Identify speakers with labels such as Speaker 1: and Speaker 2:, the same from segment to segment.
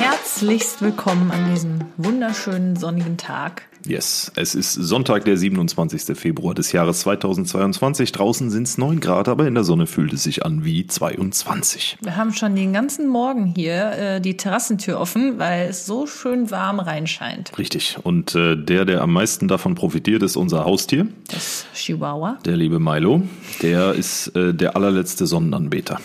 Speaker 1: Herzlichst willkommen an diesem wunderschönen sonnigen Tag.
Speaker 2: Yes, es ist Sonntag, der 27. Februar des Jahres 2022. Draußen sind es 9 Grad, aber in der Sonne fühlt es sich an wie 22.
Speaker 1: Wir haben schon den ganzen Morgen hier äh, die Terrassentür offen, weil es so schön warm reinscheint.
Speaker 2: Richtig. Und äh, der, der am meisten davon profitiert, ist unser Haustier,
Speaker 1: Das Chihuahua.
Speaker 2: der liebe Milo. Der ist äh, der allerletzte Sonnenanbeter.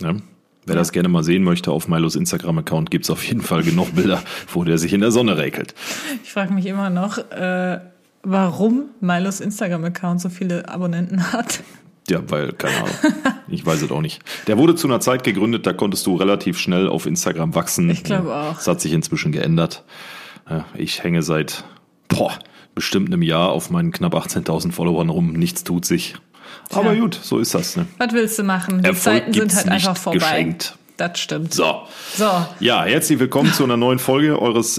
Speaker 2: Ne? Wer das gerne mal sehen möchte, auf Milos Instagram-Account gibt's auf jeden Fall genug Bilder, wo der sich in der Sonne räkelt.
Speaker 1: Ich frage mich immer noch, äh, warum Milos Instagram-Account so viele Abonnenten hat.
Speaker 2: Ja, weil, keine Ahnung. Ich weiß es auch nicht. Der wurde zu einer Zeit gegründet, da konntest du relativ schnell auf Instagram wachsen.
Speaker 1: Ich glaube auch.
Speaker 2: Das hat sich inzwischen geändert. Ja, Ich hänge seit, boah, bestimmt einem Jahr auf meinen knapp 18.000 Followern rum. Nichts tut sich. Aber
Speaker 1: Tja.
Speaker 2: gut, so ist das. Ne?
Speaker 1: Was willst du machen? Die
Speaker 2: Erfolg
Speaker 1: Zeiten sind
Speaker 2: gibt's
Speaker 1: halt einfach
Speaker 2: nicht
Speaker 1: vorbei.
Speaker 2: geschenkt.
Speaker 1: Das stimmt.
Speaker 2: So.
Speaker 1: So,
Speaker 2: Ja, herzlich willkommen zu einer neuen Folge eures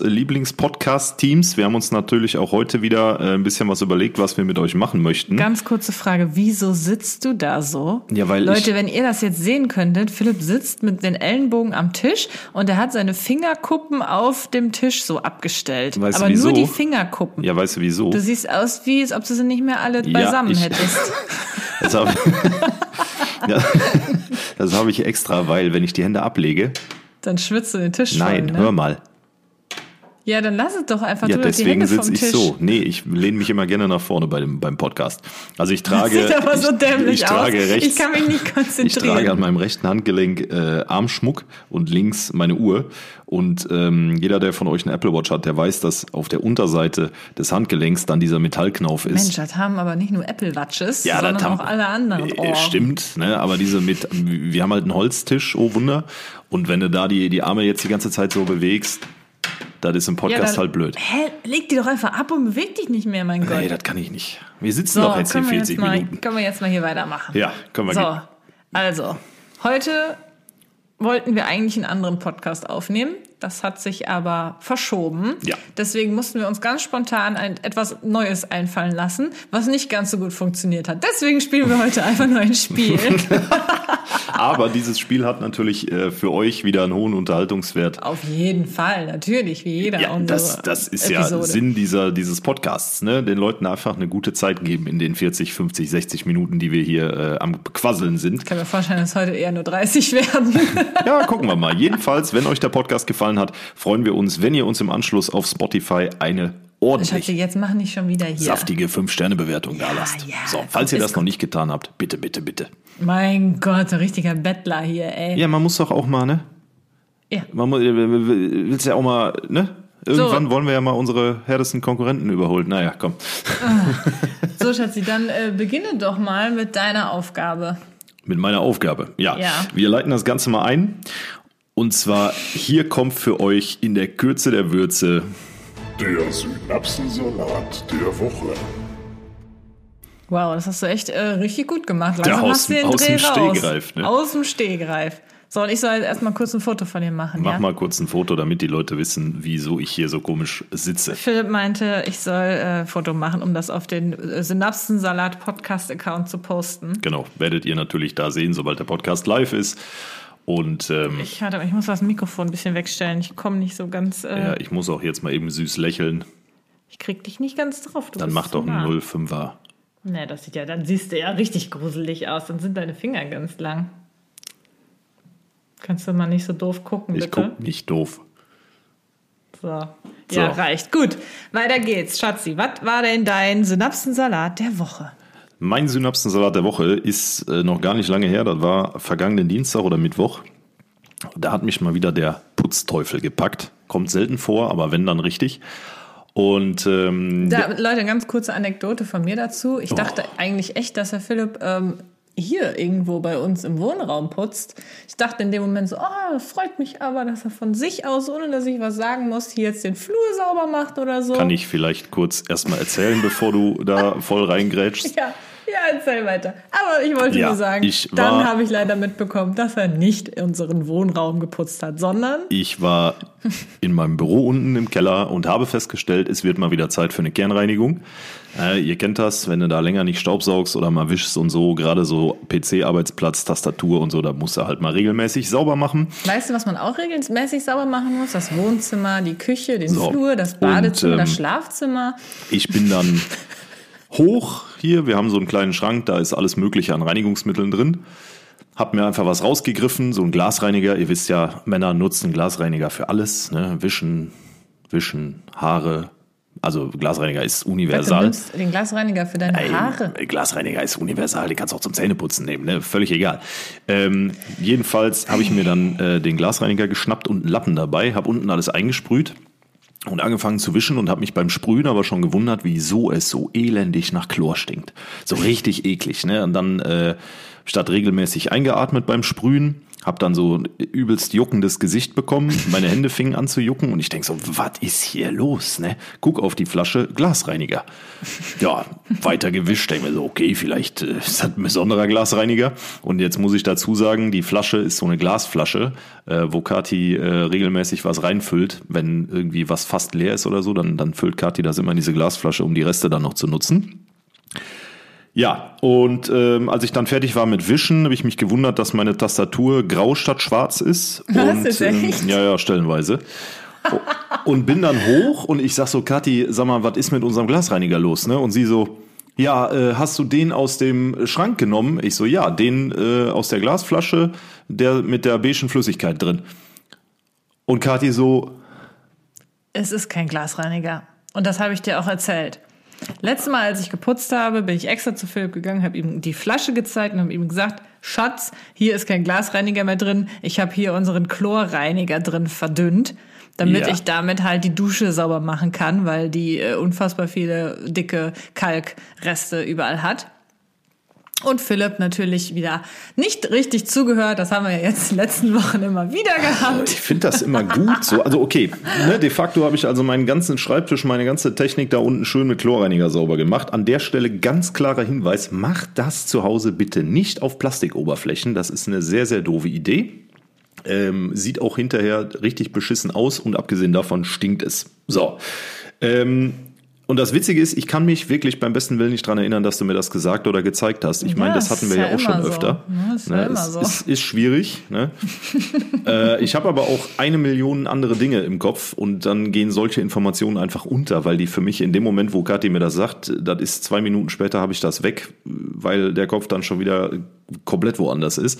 Speaker 2: Lieblings-Podcast-Teams. Wir haben uns natürlich auch heute wieder äh, ein bisschen was überlegt, was wir mit euch machen möchten.
Speaker 1: Ganz kurze Frage, wieso sitzt du da so?
Speaker 2: Ja, weil
Speaker 1: Leute,
Speaker 2: ich-
Speaker 1: wenn ihr das jetzt sehen könntet, Philipp sitzt mit den Ellenbogen am Tisch und er hat seine Fingerkuppen auf dem Tisch so abgestellt.
Speaker 2: Weißt du,
Speaker 1: Aber nur
Speaker 2: wieso?
Speaker 1: die Fingerkuppen.
Speaker 2: Ja, weißt du wieso?
Speaker 1: Du siehst aus, wie als ob du sie nicht mehr alle beisammen
Speaker 2: ich-
Speaker 1: hättest.
Speaker 2: Das habe ja, das habe ich extra, weil wenn ich die Hände ablege,
Speaker 1: Dann schwitzt du den Tisch
Speaker 2: nein,
Speaker 1: voll. Ne?
Speaker 2: hör mal.
Speaker 1: Ja, dann lass es doch einfach.
Speaker 2: Ja,
Speaker 1: du doch die
Speaker 2: deswegen
Speaker 1: Hände vom
Speaker 2: sitze ich
Speaker 1: Tisch.
Speaker 2: so. Nee, ich lehne mich immer gerne nach vorne bei dem, beim Podcast. Also ich trage,
Speaker 1: Sieht aber so
Speaker 2: ich,
Speaker 1: dämlich
Speaker 2: ich trage
Speaker 1: aus.
Speaker 2: rechts,
Speaker 1: ich kann mich nicht
Speaker 2: ich trage an
Speaker 1: konzentrieren.
Speaker 2: meinem rechten Handgelenk äh, Armschmuck und links meine Uhr. Und ähm, jeder, der von euch eine Apple Watch hat, der weiß, dass auf der Unterseite des Handgelenks dann dieser Metallknauf ist.
Speaker 1: Mensch, das haben aber nicht nur Apple Watches,
Speaker 2: Ja,
Speaker 1: sondern
Speaker 2: das haben,
Speaker 1: auch alle anderen. Oh.
Speaker 2: Äh, Stimmt, ne? aber diese mit, wir haben halt einen Holztisch, oh Wunder. Und wenn du da die, die Arme jetzt die ganze Zeit so bewegst, das ist im
Speaker 1: Ja,
Speaker 2: Podcast
Speaker 1: dann-
Speaker 2: halt blöd.
Speaker 1: Hä? Leg die doch einfach ab und beweg dich nicht mehr, mein Gott.
Speaker 2: Nee, das kann ich nicht. Wir sitzen
Speaker 1: so,
Speaker 2: doch jetzt hier
Speaker 1: können, wir
Speaker 2: 40
Speaker 1: jetzt mal,
Speaker 2: Minuten.
Speaker 1: können wir jetzt mal hier weitermachen.
Speaker 2: Ja, können wir
Speaker 1: So,
Speaker 2: gehen.
Speaker 1: also, heute wollten wir eigentlich einen anderen Podcast aufnehmen. Das hat sich aber verschoben.
Speaker 2: Ja.
Speaker 1: Deswegen mussten wir uns ganz spontan ein, etwas Neues einfallen lassen, was nicht ganz so gut funktioniert hat. Deswegen spielen wir heute einfach nur ein Spiel.
Speaker 2: Aber dieses Spiel hat natürlich äh, für euch wieder einen hohen Unterhaltungswert.
Speaker 1: Auf jeden Fall, natürlich, wie jeder.
Speaker 2: Ja,
Speaker 1: unsere
Speaker 2: das, das ist ja
Speaker 1: Episode.
Speaker 2: Sinn dieser, dieses Podcasts, ne? den Leuten einfach eine gute Zeit geben in den 40, 50, 60 Minuten, die wir hier äh, am Quasseln sind.
Speaker 1: Ich kann mir vorstellen, dass heute eher nur 30 werden.
Speaker 2: Ja, gucken wir mal. Jedenfalls, wenn euch der Podcast gefallen hat, freuen wir uns, wenn ihr uns im Anschluss auf Spotify eine
Speaker 1: Schatzi,
Speaker 2: ordentlich
Speaker 1: jetzt mach nicht schon wieder hier.
Speaker 2: saftige 5-Sterne-Bewertung da lasst.
Speaker 1: ja,
Speaker 2: so,
Speaker 1: komm,
Speaker 2: falls ihr
Speaker 1: ist
Speaker 2: das noch nicht getan habt, bitte, bitte, bitte.
Speaker 1: Mein Gott, ein richtiger Bettler hier, ey.
Speaker 2: Ja, man muss doch auch mal, ne?
Speaker 1: Ja.
Speaker 2: Man äh, muss, willst ja auch mal, ne? Irgendwann wollen wir ja mal unsere härtesten Konkurrenten überholen. Naja, komm.
Speaker 1: So, Schatzi, dann äh, beginne doch mal mit deiner Aufgabe.
Speaker 2: Mit meiner Aufgabe. Ja.
Speaker 1: Ja.
Speaker 2: Wir leiten das Ganze mal ein. Und zwar, hier kommt für euch in der Kürze der Würze
Speaker 3: Der Synapsensalat der Woche.
Speaker 1: Wow, das hast du echt äh, richtig gut gemacht. Langsam
Speaker 2: aus
Speaker 1: hast du
Speaker 2: dem-
Speaker 1: den
Speaker 2: aus
Speaker 1: Dreh
Speaker 2: dem
Speaker 1: raus.
Speaker 2: Stegreif, ne?
Speaker 1: Aus dem Stegreif. So, und ich soll jetzt erstmal kurz ein Foto von dir machen,
Speaker 2: Mach
Speaker 1: ja?
Speaker 2: mal kurz ein Foto, damit die Leute wissen, wieso ich hier so komisch sitze.
Speaker 1: Philipp meinte, ich soll äh, ein Foto machen, um das auf den äh, Synapsensalat-Podcast-Account zu posten.
Speaker 2: Genau, werdet ihr natürlich da sehen, sobald der Podcast live ist. Und ähm,
Speaker 1: Ich, hatte, ich muss das Mikrofon ein bisschen wegstellen. Ich komme nicht so ganz. Äh,
Speaker 2: ja, ich muss auch jetzt mal eben süß lächeln.
Speaker 1: Ich krieg dich nicht ganz drauf. Du
Speaker 2: Dann
Speaker 1: bist
Speaker 2: mach
Speaker 1: zu
Speaker 2: doch
Speaker 1: nah.
Speaker 2: einen 05er.
Speaker 1: Nee, das sieht ja, dann siehst du ja richtig gruselig aus. Dann sind deine Finger ganz lang. Kannst du mal nicht so doof gucken,
Speaker 2: Ich
Speaker 1: bitte?
Speaker 2: guck nicht doof.
Speaker 1: So. Ja,
Speaker 2: So.
Speaker 1: reicht. Gut, weiter geht's. Schatzi, was war denn dein Synapsensalat der Woche?
Speaker 2: Mein Synapsensalat der Woche ist äh, noch gar nicht lange her. Das war vergangenen Dienstag oder Mittwoch. Da hat mich mal wieder der Putzteufel gepackt. Kommt selten vor, aber wenn, dann richtig. Und ähm,
Speaker 1: Da, Leute, ganz kurze Anekdote von mir dazu.
Speaker 2: Oh.
Speaker 1: Ich dachte eigentlich echt, dass Herr Philipp ähm, hier irgendwo bei uns im Wohnraum putzt. Ich dachte in dem Moment so, oh, freut mich aber, dass er von sich aus, ohne dass ich was sagen muss, hier jetzt den Flur sauber macht oder so.
Speaker 2: kann ich vielleicht kurz erstmal erzählen, bevor du da voll reingrätschst.
Speaker 1: Ja, ja, erzähl weiter. Aber ich wollte
Speaker 2: Ja,
Speaker 1: nur sagen,
Speaker 2: ich
Speaker 1: dann
Speaker 2: war-
Speaker 1: habe ich leider mitbekommen, dass er nicht unseren Wohnraum geputzt hat, sondern
Speaker 2: Ich war in meinem Büro unten im Keller und habe festgestellt, es wird mal wieder Zeit für eine Kernreinigung. Äh, ihr kennt das, wenn du da länger nicht staubsaugst oder mal wischst und so, gerade so PC-Arbeitsplatz, Tastatur und so, da musst du halt mal regelmäßig sauber machen.
Speaker 1: weißt du, was man auch regelmäßig sauber machen muss? Das Wohnzimmer, die Küche, den
Speaker 2: So.
Speaker 1: Flur, das Badezimmer,
Speaker 2: Und, ähm,
Speaker 1: das Schlafzimmer.
Speaker 2: Ich bin dann hoch hier, wir haben so einen kleinen Schrank, da ist alles Mögliche an Reinigungsmitteln drin. Hab mir einfach was rausgegriffen, so ein Glasreiniger. Ihr wisst ja, Männer nutzen Glasreiniger für alles, ne? Wischen, wischen, Haare. Also Glasreiniger ist
Speaker 1: Du
Speaker 2: universal.
Speaker 1: nimmst den Glasreiniger für deine
Speaker 2: Ey,
Speaker 1: Haare.
Speaker 2: Glasreiniger ist universal, den kannst du auch zum Zähneputzen nehmen, ne? völlig egal. Ähm, jedenfalls habe ich mir dann äh, den Glasreiniger geschnappt und einen Lappen dabei, habe unten alles eingesprüht und angefangen zu wischen und habe mich beim Sprühen aber schon gewundert, wieso es so elendig nach Chlor stinkt. So richtig eklig. Ne? Und dann äh, statt regelmäßig eingeatmet beim Sprühen, habe dann so ein übelst juckendes Gesicht bekommen. Meine Hände fingen an zu jucken und ich denk so, was ist hier los? Ne? Guck auf die Flasche Glasreiniger. Ja, weiter gewischt. Denk mir so, okay, vielleicht äh, ist das ein besonderer Glasreiniger. Und jetzt muss ich dazu sagen, die Flasche ist so eine Glasflasche, äh, wo Kati äh, regelmäßig was reinfüllt. Wenn irgendwie was fast leer ist oder so, dann, dann füllt Kati das immer in diese Glasflasche, um die Reste dann noch zu nutzen. Ja, und ähm, als ich dann fertig war mit Wischen, habe ich mich gewundert, dass meine Tastatur grau statt schwarz ist.
Speaker 1: Was,
Speaker 2: und, ähm,
Speaker 1: ist echt?
Speaker 2: ja, ja, stellenweise. und bin dann hoch und ich sag so, Kathi, sag mal, was ist mit unserem Glasreiniger los? Ne? Und sie so, ja, äh, hast du den aus dem Schrank genommen? Ich so, ja, den äh, aus der Glasflasche, der mit der beigen Flüssigkeit drin. Und Kathi so,
Speaker 1: Es ist kein Glasreiniger. Und das habe ich dir auch erzählt. Letztes Mal, als ich geputzt habe, bin ich extra zu Philipp gegangen, habe ihm die Flasche gezeigt und habe ihm gesagt, Schatz, hier ist kein Glasreiniger mehr drin. Ich habe hier unseren Chlorreiniger drin verdünnt, damit
Speaker 2: Ja.
Speaker 1: ich damit halt die Dusche sauber machen kann, weil die äh, unfassbar viele dicke Kalkreste überall hat. Und Philipp natürlich wieder nicht richtig zugehört. Das haben wir ja jetzt in den letzten Wochen immer wieder gehabt.
Speaker 2: Ich finde das immer gut so. Also okay, ne, de facto habe ich also meinen ganzen Schreibtisch, meine ganze Technik da unten schön mit Chlorreiniger sauber gemacht. An der Stelle ganz klarer Hinweis, macht das zu Hause bitte nicht auf Plastikoberflächen. Das ist eine sehr, sehr doofe Idee. Ähm, sieht auch hinterher richtig beschissen aus und abgesehen davon stinkt es. So. Ähm, und das Witzige ist, ich kann mich wirklich beim besten Willen nicht dran erinnern, dass du mir das gesagt oder gezeigt hast. Ich meine,
Speaker 1: Ja,
Speaker 2: das
Speaker 1: das
Speaker 2: hatten
Speaker 1: ist
Speaker 2: wir ja,
Speaker 1: ja
Speaker 2: auch schon
Speaker 1: immer so.
Speaker 2: öfter.
Speaker 1: Ja, das ist ja
Speaker 2: Ne,
Speaker 1: immer
Speaker 2: es
Speaker 1: so.
Speaker 2: ist, ist schwierig. Ne? äh, ich habe aber auch eine Million andere Dinge im Kopf und dann gehen solche Informationen einfach unter, weil die für mich in dem Moment, wo Kathi mir das sagt, das ist zwei Minuten später, habe ich das weg, weil der Kopf dann schon wieder komplett woanders ist.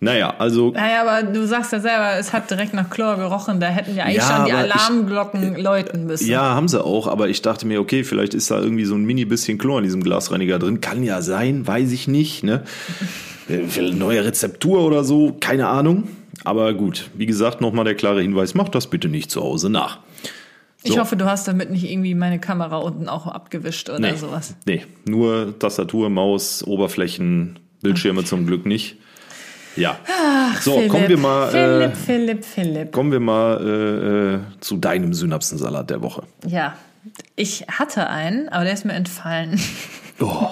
Speaker 2: Naja, also
Speaker 1: Naja, aber du sagst ja selber, es hat direkt nach Chlor gerochen. Da hätten wir eigentlich
Speaker 2: Ja,
Speaker 1: schon die
Speaker 2: aber ich- äh,
Speaker 1: Alarmglocken läuten müssen.
Speaker 2: Ja, haben sie auch, aber ich dachte mir, okay, vielleicht ist da irgendwie so ein mini bisschen Chlor in diesem Glasreiniger drin. Kann ja sein, weiß ich nicht, ne? Äh, vielleicht Neue Rezeptur oder so, keine Ahnung. Aber gut, wie gesagt, nochmal der klare Hinweis, macht das bitte nicht zu Hause nach.
Speaker 1: Ich
Speaker 2: so.
Speaker 1: hoffe, du hast damit nicht irgendwie meine Kamera unten auch abgewischt oder sowas.
Speaker 2: nee, nur Tastatur, Maus, Oberflächen, Bildschirme zum Glück nicht. Ja. so,
Speaker 1: Philipp,
Speaker 2: kommen wir mal, äh,
Speaker 1: Philipp, Philipp, Philipp.
Speaker 2: kommen wir mal äh, äh, zu deinem Synapsensalat der Woche.
Speaker 1: Ja, ich hatte einen, aber der ist mir entfallen.
Speaker 2: Oh.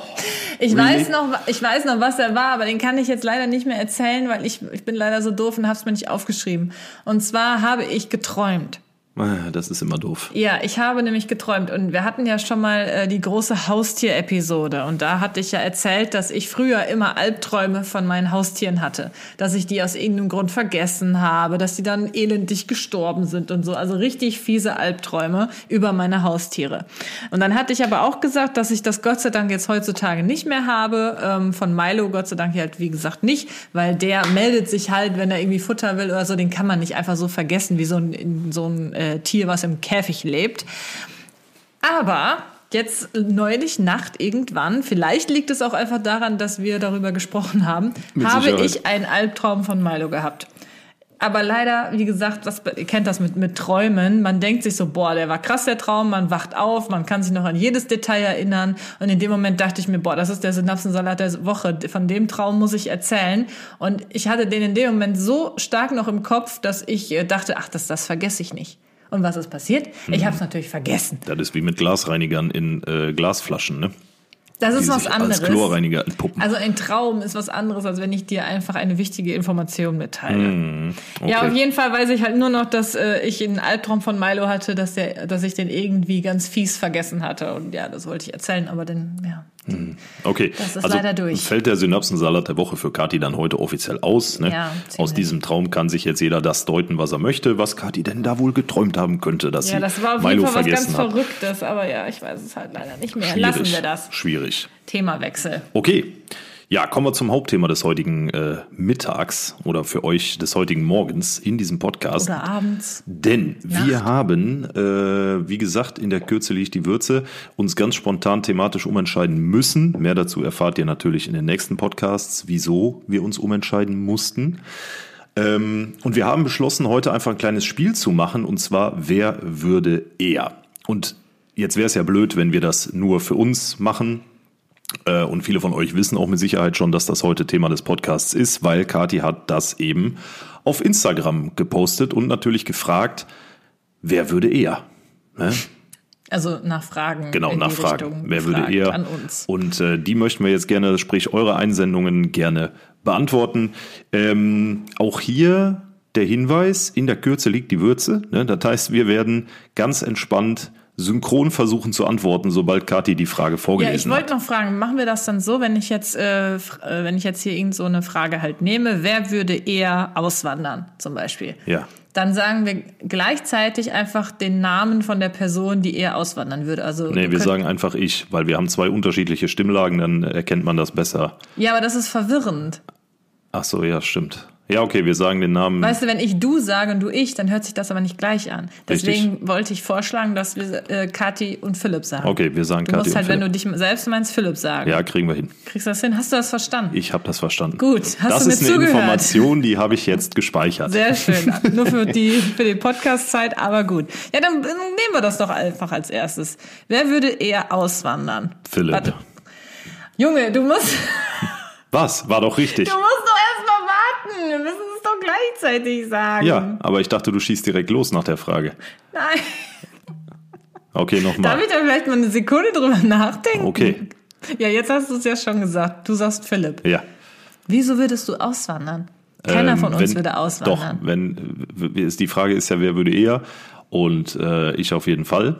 Speaker 1: Ich
Speaker 2: Really?
Speaker 1: weiß noch, ich weiß noch, was er war, aber den kann ich jetzt leider nicht mehr erzählen, weil ich, ich bin leider so doof und hab's mir nicht aufgeschrieben. Und zwar habe ich geträumt.
Speaker 2: Ah, Das ist immer doof.
Speaker 1: Ja, ich habe nämlich geträumt und wir hatten ja schon mal äh, die große Haustier-Episode und da hatte ich ja erzählt, dass ich früher immer Albträume von meinen Haustieren hatte, dass ich die aus irgendeinem Grund vergessen habe, dass die dann elendig gestorben sind und so, also richtig fiese Albträume über meine Haustiere. Und dann hatte ich aber auch gesagt, dass ich das Gott sei Dank jetzt heutzutage nicht mehr habe, ähm, von Milo Gott sei Dank halt wie gesagt nicht, weil der meldet sich halt, wenn er irgendwie Futter will oder so, den kann man nicht einfach so vergessen wie so ein, so ein äh, Tier, was im Käfig lebt. Aber jetzt neulich Nacht irgendwann, vielleicht liegt es auch einfach daran, dass wir darüber gesprochen haben,
Speaker 2: Mit
Speaker 1: habe
Speaker 2: Sicherheit.
Speaker 1: ich einen Albtraum von Milo gehabt. Aber leider, wie gesagt, was, ihr kennt das mit, mit Träumen. Man denkt sich so, boah, der war krass, der Traum. Man wacht auf, man kann sich noch an jedes Detail erinnern. Und in dem Moment dachte ich mir, boah, das ist der Synapsensalat der Woche. Von dem Traum muss ich erzählen. Und ich hatte den in dem Moment so stark noch im Kopf, dass ich äh, dachte, ach, das, das vergesse ich nicht. Und was
Speaker 2: Mhm.
Speaker 1: ist passiert? Ich habe es natürlich vergessen.
Speaker 2: Das ist wie mit Glasreinigern in äh, Glasflaschen, ne?
Speaker 1: Das
Speaker 2: die
Speaker 1: ist was
Speaker 2: sich
Speaker 1: anderes.
Speaker 2: Als Chlorreiniger entpuppen.
Speaker 1: Also ein Traum ist was anderes, als wenn ich dir einfach eine wichtige Information mitteile. Ja,
Speaker 2: Mm, okay.
Speaker 1: auf jeden Fall weiß ich halt nur noch, dass äh, ich einen Albtraum von Milo hatte, dass der, dass ich den irgendwie ganz fies vergessen hatte. Und ja, das wollte ich erzählen, aber dann, ja.
Speaker 2: Okay,
Speaker 1: Das ist
Speaker 2: also
Speaker 1: leider durch.
Speaker 2: fällt der Synapsensalat der Woche für Kati dann heute offiziell aus. Ne?
Speaker 1: Ja,
Speaker 2: aus
Speaker 1: ziemlich.
Speaker 2: diesem Traum kann sich jetzt jeder das deuten, was er möchte, was Kati denn da wohl geträumt haben könnte, dass
Speaker 1: Ja,
Speaker 2: sie
Speaker 1: das war auf
Speaker 2: Milo
Speaker 1: jeden Fall was
Speaker 2: vergessen
Speaker 1: ganz
Speaker 2: hat.
Speaker 1: Verrücktes, aber ja, ich weiß es halt leider nicht mehr.
Speaker 2: Schwierig,
Speaker 1: Lassen wir das.
Speaker 2: Schwierig.
Speaker 1: Themawechsel.
Speaker 2: Okay. Ja, kommen wir zum Hauptthema des heutigen äh, Mittags oder für euch des heutigen Morgens in diesem Podcast.
Speaker 1: Oder abends.
Speaker 2: Denn
Speaker 1: Nacht.
Speaker 2: wir haben, äh, wie gesagt, in der Kürze liegt die Würze, uns ganz spontan thematisch umentscheiden müssen. Mehr dazu erfahrt ihr natürlich in den nächsten Podcasts, wieso wir uns umentscheiden mussten. Ähm, und wir haben beschlossen, heute einfach ein kleines Spiel zu machen, und zwar, wer würde eher? Und jetzt wäre es ja blöd, wenn wir das nur für uns machen. Äh, Und viele von euch wissen auch mit Sicherheit schon, dass das heute Thema des Podcasts ist, weil Kati hat das eben auf Instagram gepostet und natürlich gefragt, wer würde eher? Ne?
Speaker 1: Also nach Fragen.
Speaker 2: Genau,
Speaker 1: in die
Speaker 2: nachfragen.
Speaker 1: Richtung
Speaker 2: Wer würde
Speaker 1: gefragt
Speaker 2: eher?
Speaker 1: An uns.
Speaker 2: Und äh, die möchten wir jetzt gerne, sprich eure Einsendungen gerne beantworten. Ähm, auch hier der Hinweis, in der Kürze liegt die Würze. Ne? Das heißt, wir werden ganz entspannt synchron versuchen zu antworten, sobald Kati die Frage
Speaker 1: Ja, ich
Speaker 2: vorgelesen hat.
Speaker 1: wollte noch fragen, machen wir das dann so, wenn ich jetzt, äh, fr- äh, wenn ich jetzt hier irgend so eine Frage halt nehme, wer würde eher auswandern, zum Beispiel?
Speaker 2: Ja.
Speaker 1: Dann sagen wir gleichzeitig einfach den Namen von der Person, die eher auswandern würde. Also
Speaker 2: Nee,
Speaker 1: ihr
Speaker 2: wir
Speaker 1: könnt-
Speaker 2: sagen einfach ich, weil wir haben zwei unterschiedliche Stimmlagen, dann erkennt man das besser.
Speaker 1: Ja, aber das ist verwirrend.
Speaker 2: Ach so, ja, stimmt. Ja, okay, wir sagen den Namen.
Speaker 1: Weißt du, wenn ich du sage und du ich, dann hört sich das aber nicht gleich an. Deswegen wollte ich vorschlagen, dass wir äh, Kathi und Philipp sagen.
Speaker 2: Okay, wir sagen
Speaker 1: Du
Speaker 2: Kathi
Speaker 1: musst
Speaker 2: und
Speaker 1: halt, wenn
Speaker 2: Philipp.
Speaker 1: du dich selbst meinst, Philipp sagen.
Speaker 2: Ja, kriegen wir hin.
Speaker 1: Kriegst du das hin? Hast du das verstanden?
Speaker 2: Ich habe das verstanden.
Speaker 1: Gut, hast
Speaker 2: das
Speaker 1: du mir
Speaker 2: ist eine
Speaker 1: zugehört?
Speaker 2: Information, die habe ich jetzt gespeichert.
Speaker 1: Sehr schön. Nur für die, für die Podcast-Zeit, aber gut. Ja, dann äh, nehmen wir das doch einfach als erstes. Wer würde eher auswandern?
Speaker 2: Philipp.
Speaker 1: Warte. Junge, du musst,
Speaker 2: Was? War doch richtig.
Speaker 1: du musst doch erstmal warten. Wir müssen es doch gleichzeitig sagen.
Speaker 2: Ja, aber ich dachte, du schießt direkt los nach der Frage.
Speaker 1: Nein.
Speaker 2: Okay,
Speaker 1: Darf
Speaker 2: nochmal.
Speaker 1: ich da vielleicht mal eine Sekunde drüber nachdenken?
Speaker 2: Okay.
Speaker 1: Ja, jetzt hast du es ja schon gesagt. Du sagst Philipp.
Speaker 2: Ja.
Speaker 1: Wieso würdest du auswandern? Keiner
Speaker 2: Ähm,
Speaker 1: von uns
Speaker 2: wenn-
Speaker 1: würde auswandern.
Speaker 2: Doch, wenn w- ist die Frage ist ja, wer würde eher? Und äh, ich auf jeden Fall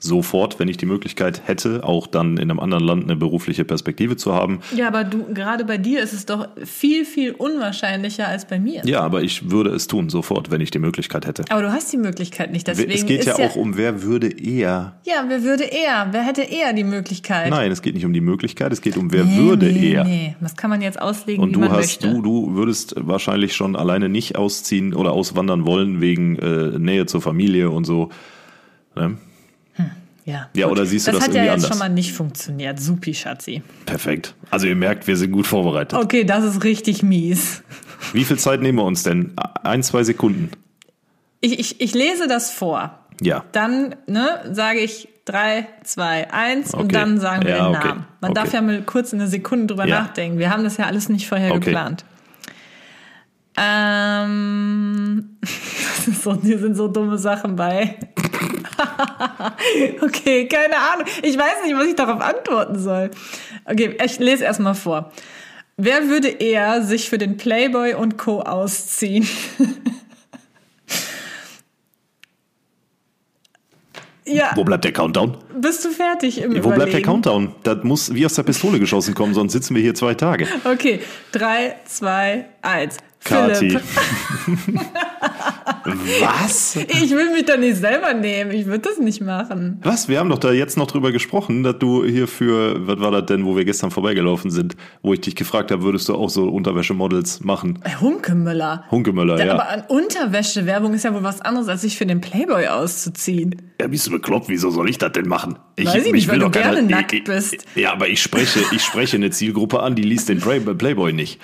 Speaker 2: sofort, wenn ich die Möglichkeit hätte, auch dann in einem anderen Land eine berufliche Perspektive zu haben.
Speaker 1: Ja, aber du, gerade bei dir ist es doch viel, viel unwahrscheinlicher als bei mir.
Speaker 2: Ja, aber ich würde es tun sofort, wenn ich die Möglichkeit hätte.
Speaker 1: Aber du hast die Möglichkeit nicht, deswegen
Speaker 2: es geht
Speaker 1: ist
Speaker 2: ja, auch um, wer würde eher.
Speaker 1: Ja, wer würde eher? Wer hätte eher die Möglichkeit?
Speaker 2: Nein, es geht nicht um die Möglichkeit, es geht um, wer würde
Speaker 1: nee,
Speaker 2: eher.
Speaker 1: Nee, das kann man jetzt auslegen,
Speaker 2: Und
Speaker 1: wie
Speaker 2: du
Speaker 1: man
Speaker 2: hast,
Speaker 1: möchte.
Speaker 2: du, du würdest wahrscheinlich schon alleine nicht ausziehen oder auswandern wollen wegen äh, Nähe zur Familie und so. Ne?
Speaker 1: ja,
Speaker 2: Ja,
Speaker 1: gut.
Speaker 2: oder siehst du das
Speaker 1: das hat ja
Speaker 2: irgendwie
Speaker 1: jetzt
Speaker 2: anders?
Speaker 1: schon mal nicht funktioniert. Supi, Schatzi.
Speaker 2: Perfekt. Also ihr merkt, wir sind gut vorbereitet.
Speaker 1: Okay, das ist richtig mies.
Speaker 2: Wie viel Zeit nehmen wir uns denn? Ein, zwei Sekunden.
Speaker 1: Ich, ich, ich lese das vor.
Speaker 2: Ja.
Speaker 1: Dann ne, sage ich drei, zwei, eins
Speaker 2: Okay.
Speaker 1: und dann sagen wir
Speaker 2: Ja,
Speaker 1: den
Speaker 2: okay.
Speaker 1: Namen. Man
Speaker 2: Okay.
Speaker 1: darf ja mal kurz eine Sekunde drüber
Speaker 2: Ja.
Speaker 1: nachdenken. Wir haben das ja alles nicht vorher
Speaker 2: Okay.
Speaker 1: geplant. Ähm, das ist so, hier sind so dumme Sachen bei. okay, keine Ahnung. Ich weiß nicht, was ich darauf antworten soll. Okay, ich lese erstmal vor. Wer würde eher sich für den Playboy und Co. ausziehen? ja,
Speaker 2: Wo bleibt der Countdown?
Speaker 1: bist du fertig im
Speaker 2: Wo bleibt der
Speaker 1: Überlegen?
Speaker 2: Countdown? Das muss wie aus der Pistole geschossen kommen, sonst sitzen wir hier zwei Tage.
Speaker 1: Okay, drei, zwei, eins.
Speaker 2: Kati.
Speaker 1: Philipp,
Speaker 2: Was?
Speaker 1: ich will mich doch nicht selber nehmen. Ich würde das nicht machen.
Speaker 2: Was? Wir haben doch da jetzt noch drüber gesprochen, dass du hier für, was war das denn, wo wir gestern vorbeigelaufen sind, wo ich dich gefragt habe, würdest du auch so Unterwäschemodels machen?
Speaker 1: Äh, Hunkemöller.
Speaker 2: Hunkemöller,
Speaker 1: Da-
Speaker 2: ja.
Speaker 1: Aber an Unterwäschewerbung ist ja wohl was anderes, als sich für den Playboy auszuziehen.
Speaker 2: Ja, bist du bekloppt? Wieso soll ich das denn machen?
Speaker 1: Weiß ich
Speaker 2: mich
Speaker 1: nicht, weil
Speaker 2: will
Speaker 1: du
Speaker 2: doch keiner-
Speaker 1: gerne
Speaker 2: Nee,
Speaker 1: nackt
Speaker 2: ich-
Speaker 1: bist.
Speaker 2: Ja, aber ich spreche, ich spreche eine Zielgruppe an, die liest den Play- Playboy nicht.